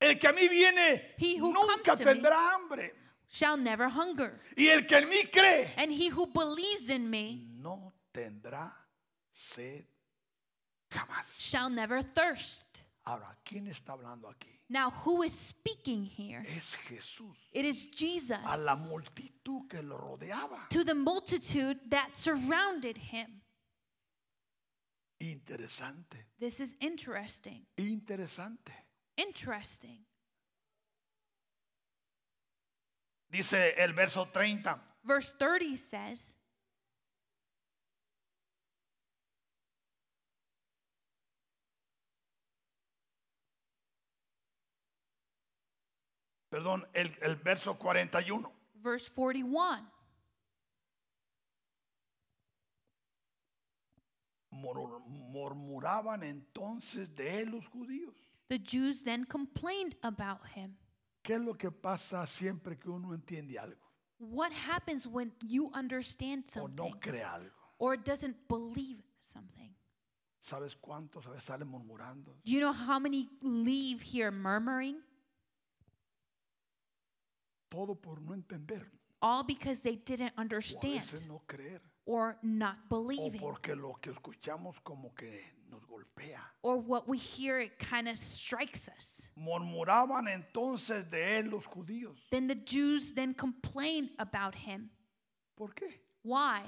El que a mí viene He who nunca comes to me. tendrá hambre. Shall never hunger, Y el que en mí cree and he who believes in me no tendrá sed jamás. shall never thirst. Ahora, ¿quién está hablando aquí? Now, who is speaking here? Es Jesús. It is Jesus A la multitud que lo rodeaba. to the multitude that surrounded him. Interesante, This is interesting. interesante. Interesting. Dice el verso 30. Verse 30 says, Perdón, el, el verso 41. verse 41, Mor- Murmuraban entonces de él los judíos. the Jews then complained about him. ¿Qué es lo que pasa siempre que uno entiende algo What happens when you understand o something no cree algo? or doesn't believe something? ¿Sabes cuántos a veces salen murmurando? Do you know how many leave here murmuring? Todo por no entender. All because they didn't O a veces understand no creer. or not O believing porque lo que escuchamos como que nos golpea. or what we hear, it kind of strikes us. Murmuraban entonces de él los judíos. Then the Jews then complain about him. ¿Por qué? Why?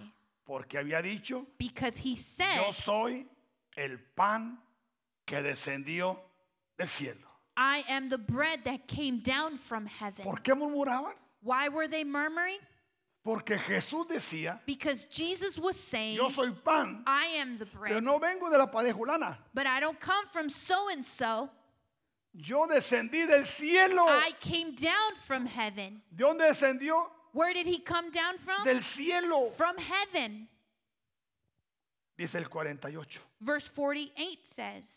Porque había dicho, Because he Yo said, soy el pan que descendió del cielo. I am the bread that came down from heaven. ¿Por qué murmuraban? Why were they murmuring? Porque Jesús decía, Because Jesus was saying, yo soy pan, I am the pero bread, no vengo de la pared julana. but I don't come from so and so. Yo descendí del cielo. I came down from heaven. ¿De dónde descendió? Where did he come down from? Del cielo. From heaven. Dice el 48. Verse 48 says,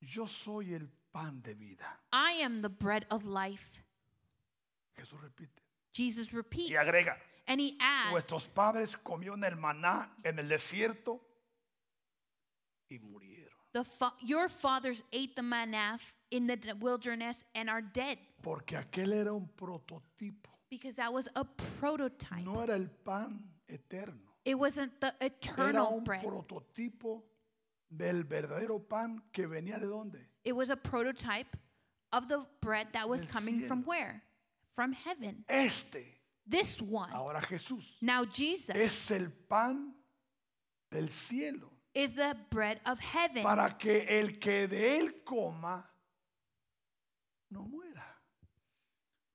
Yo soy el pan de vida. I am the bread of life. Jesús repite. Jesus repeats. Y agrega, And he adds, vuestros padres comieron el maná en el desierto y murieron. the fa- Your fathers ate the manna in the d- wilderness and are dead. Porque aquel era un prototipo. Because that was a prototype. No era el pan eterno. It wasn't the Era eternal un bread. prototipo del verdadero pan que venía de dónde? It was a prototype of the bread that was Del coming from cielo. where? From heaven. Este. This one. Ahora Jesús Now Jesus es el pan del cielo. is the bread of heaven para que el que de él coma no muera.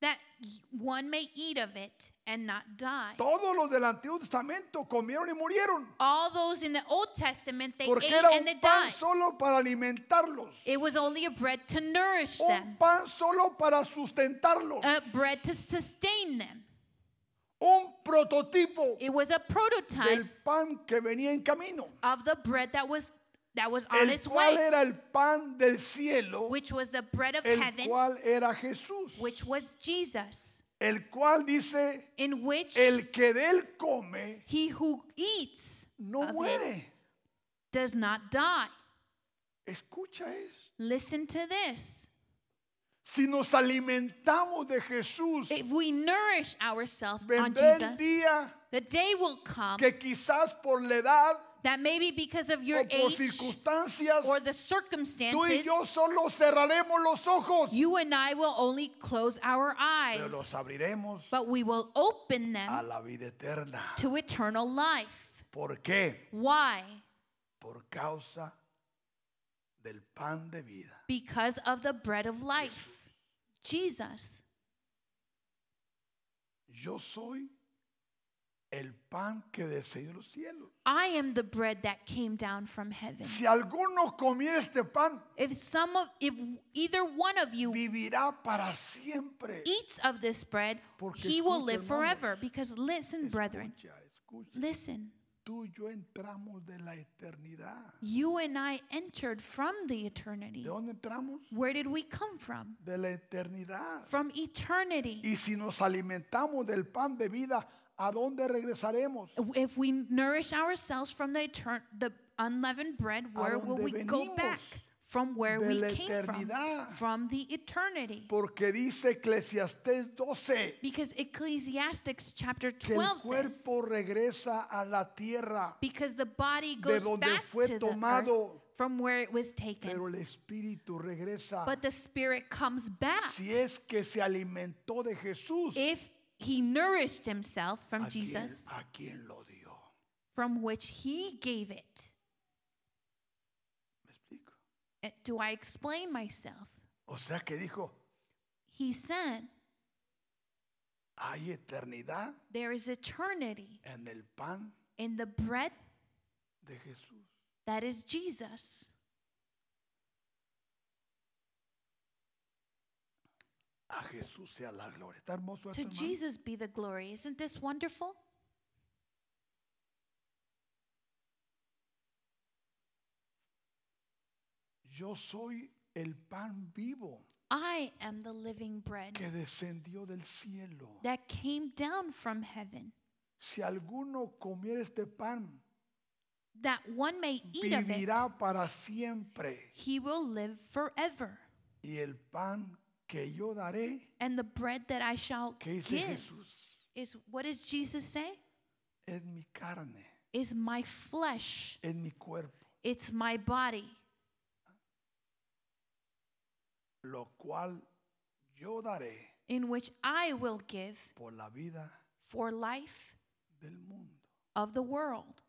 that y- one may eat of it and not die. Todos los del Antiguo Testamento comieron y murieron All those in the Old Testament they porque ate era and they un pan died. solo para alimentarlos, It was only a bread to nourish un them, pan solo para sustentarlos, a bread to sustain them. un prototipo It was a prototype del pan que venía en camino, of the bread that was that was el on its cual way, era el pan del cielo, which was the bread of el heaven, cual era Jesús, which was Jesus, el cual dice, in which el que de él come he who eats no of it muere. does not die. Escucha eso. Listen to this. Si nos alimentamos de Jesús, If we nourish ourselves on vendrá el Jesus, día the day will come que quizás por la edad that maybe because of your o por age circunstancias, or tú y the circumstances, yo solo cerraremos los ojos, you and I will only close our pero eyes, los abriremos but we will open a them la vida eterna. to eternal life. ¿Por qué? Why? Por causa del pan de vida. Because of the bread of life, Jesus. Yo soy el pan que descendió de los cielos. I am the bread that came down from heaven. Si alguno comiera este pan, If some of if either one of you vivirá para siempre. eats of this bread, Porque he will escucha, live hermanos. forever. Because listen, brethren, Escucha, escucha. listen. Tú y yo entramos de la eternidad. You and I entered from the eternity. ¿De dónde entramos? Where did we come from? De la eternidad. From eternity. Y si nos alimentamos del pan de vida, ¿a dónde regresaremos? If we nourish ourselves from the etern- the unleavened bread, ¿A where will dónde we go back? venimos? From where De we la came from. eternidad. From the eternity. Porque dice Eclesiastés 12 Because Ecclesiastics chapter que el 12 says, cuerpo regresa a la tierra, Because the body de goes donde back fue to the earth tomado, from where it was taken. pero el espíritu regresa. But the spirit comes back Si es que se alimentó de Jesús, if he nourished himself Eh, from ¿a quién, Jesus, a quién lo dio? from which he gave it. ¿Me explico? Uh, Do I explain myself? O sea que dijo, He said, hay eternidad There is eternity en el pan in the bread de Jesús. that is Jesus. A Jesús sea la gloria. Está hermoso esto, To hermano. Jesus be the glory. Isn't this wonderful? Yo soy el pan vivo I am the living bread que descendió del cielo. that came down from heaven, Si alguno comiera este pan, that one may eat of it. vivirá para siempre. He will live forever. Y el pan que yo daré, And the bread that I shall que dice give Jesús, is what does Jesus say? es mi carne, Is my flesh, es mi cuerpo, it's my body, lo cual yo daré in which I will give por la vida for life del mundo. of the world.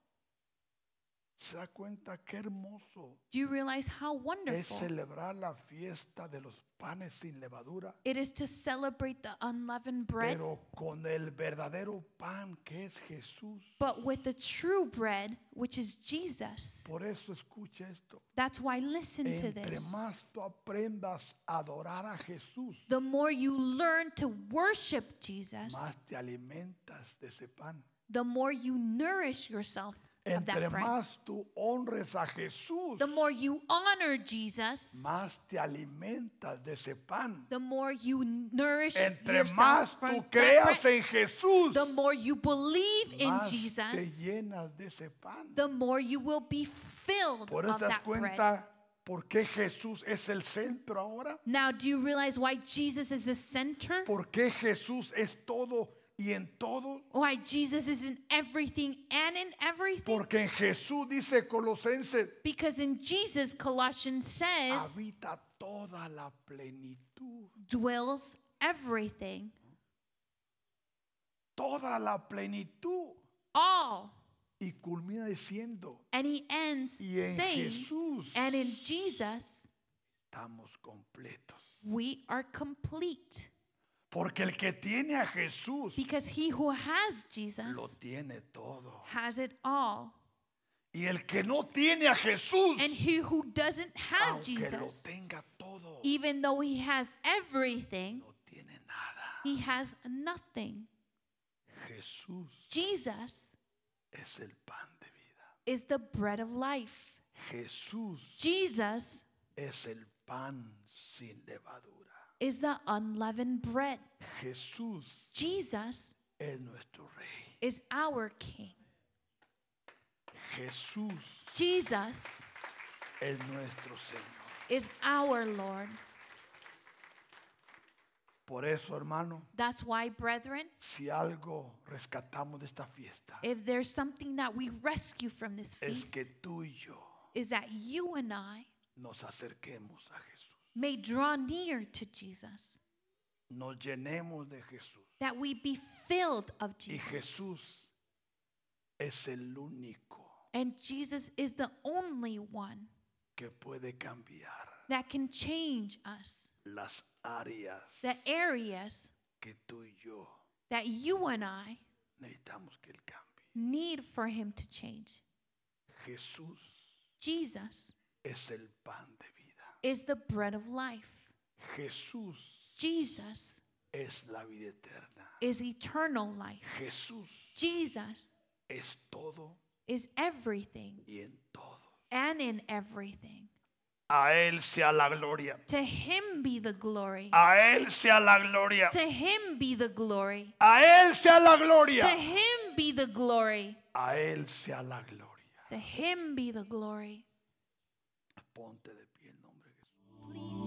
Se da cuenta qué hermoso Do you realize how es wonderful celebrar la fiesta de los panes sin levadura, it is to celebrate the unleavened bread, pero con el verdadero pan que es Jesús. but with the true bread, which is Jesus? Por eso escucha esto. That's why listen to Entre this. más tú aprendas a adorar a Jesús, The more you learn to worship Jesus, más te alimentas de ese pan. the more you nourish yourself of Entre that bread. más tú honres a Jesús, The more you honor Jesus, más te alimentas de ese pan. the more you nourish Entre yourself más from tú that bread. creas en Jesús, The more you believe in más te Jesus, llenas de ese pan. the more you will be filled Por eso of te das that bread. cuenta por qué Jesús es el centro ahora. Now, do you realize why Jesus is the center? Por qué Jesús es todo y en todo. Why Jesus is in everything and in everything? Porque en Jesús dice Colosenses, Because in Jesus, Colossians says, habita toda la plenitud. dwells everything, Toda la plenitud. all. Y culmina diciendo, And he ends y en saying, Jesús and in Jesus, estamos completos. we are complete. Porque el que tiene a Jesús Because he who has Jesus lo tiene todo. has it all. Y el que no tiene a Jesús, And he who doesn't have aunque lo Jesus, tenga todo, even though he has everything, no tiene nada. he has nothing. Jesús Jesus es el pan de vida. is the bread of life. Jesús Jesus es el pan sin levadura. is the unleavened bread. Jesús Jesus es nuestro rey. is our king. Jesús Jesus es nuestro Señor. is our Lord. Por eso, hermano, That's why, brethren, si algo rescatamos de esta fiesta, if there's something that we rescue from this es feast, que tú y yo is that you and I nos acerquemos a Jesús, may draw near to Jesus, nos llenemos de Jesús. that we be filled of Y Jesus. Jesús es el único And Jesus is the only one que puede cambiar that can change us, las áreas the areas que tú y yo that you and I necesitamos que Él cambie. need for Him to change. Jesús Jesus es el pan de vida. is the bread of life. Jesús Jesus es la vida eterna. is eternal life. Jesús Jesus es todo is everything y en todo. and in everything. A Él sea la gloria. To him be the glory. A Él sea la gloria. To him be the glory. A Él sea la To gloria. him be the glory. A Él sea la gloria. To him be the glory. Ponte de pie en nombre de Jesús. Please.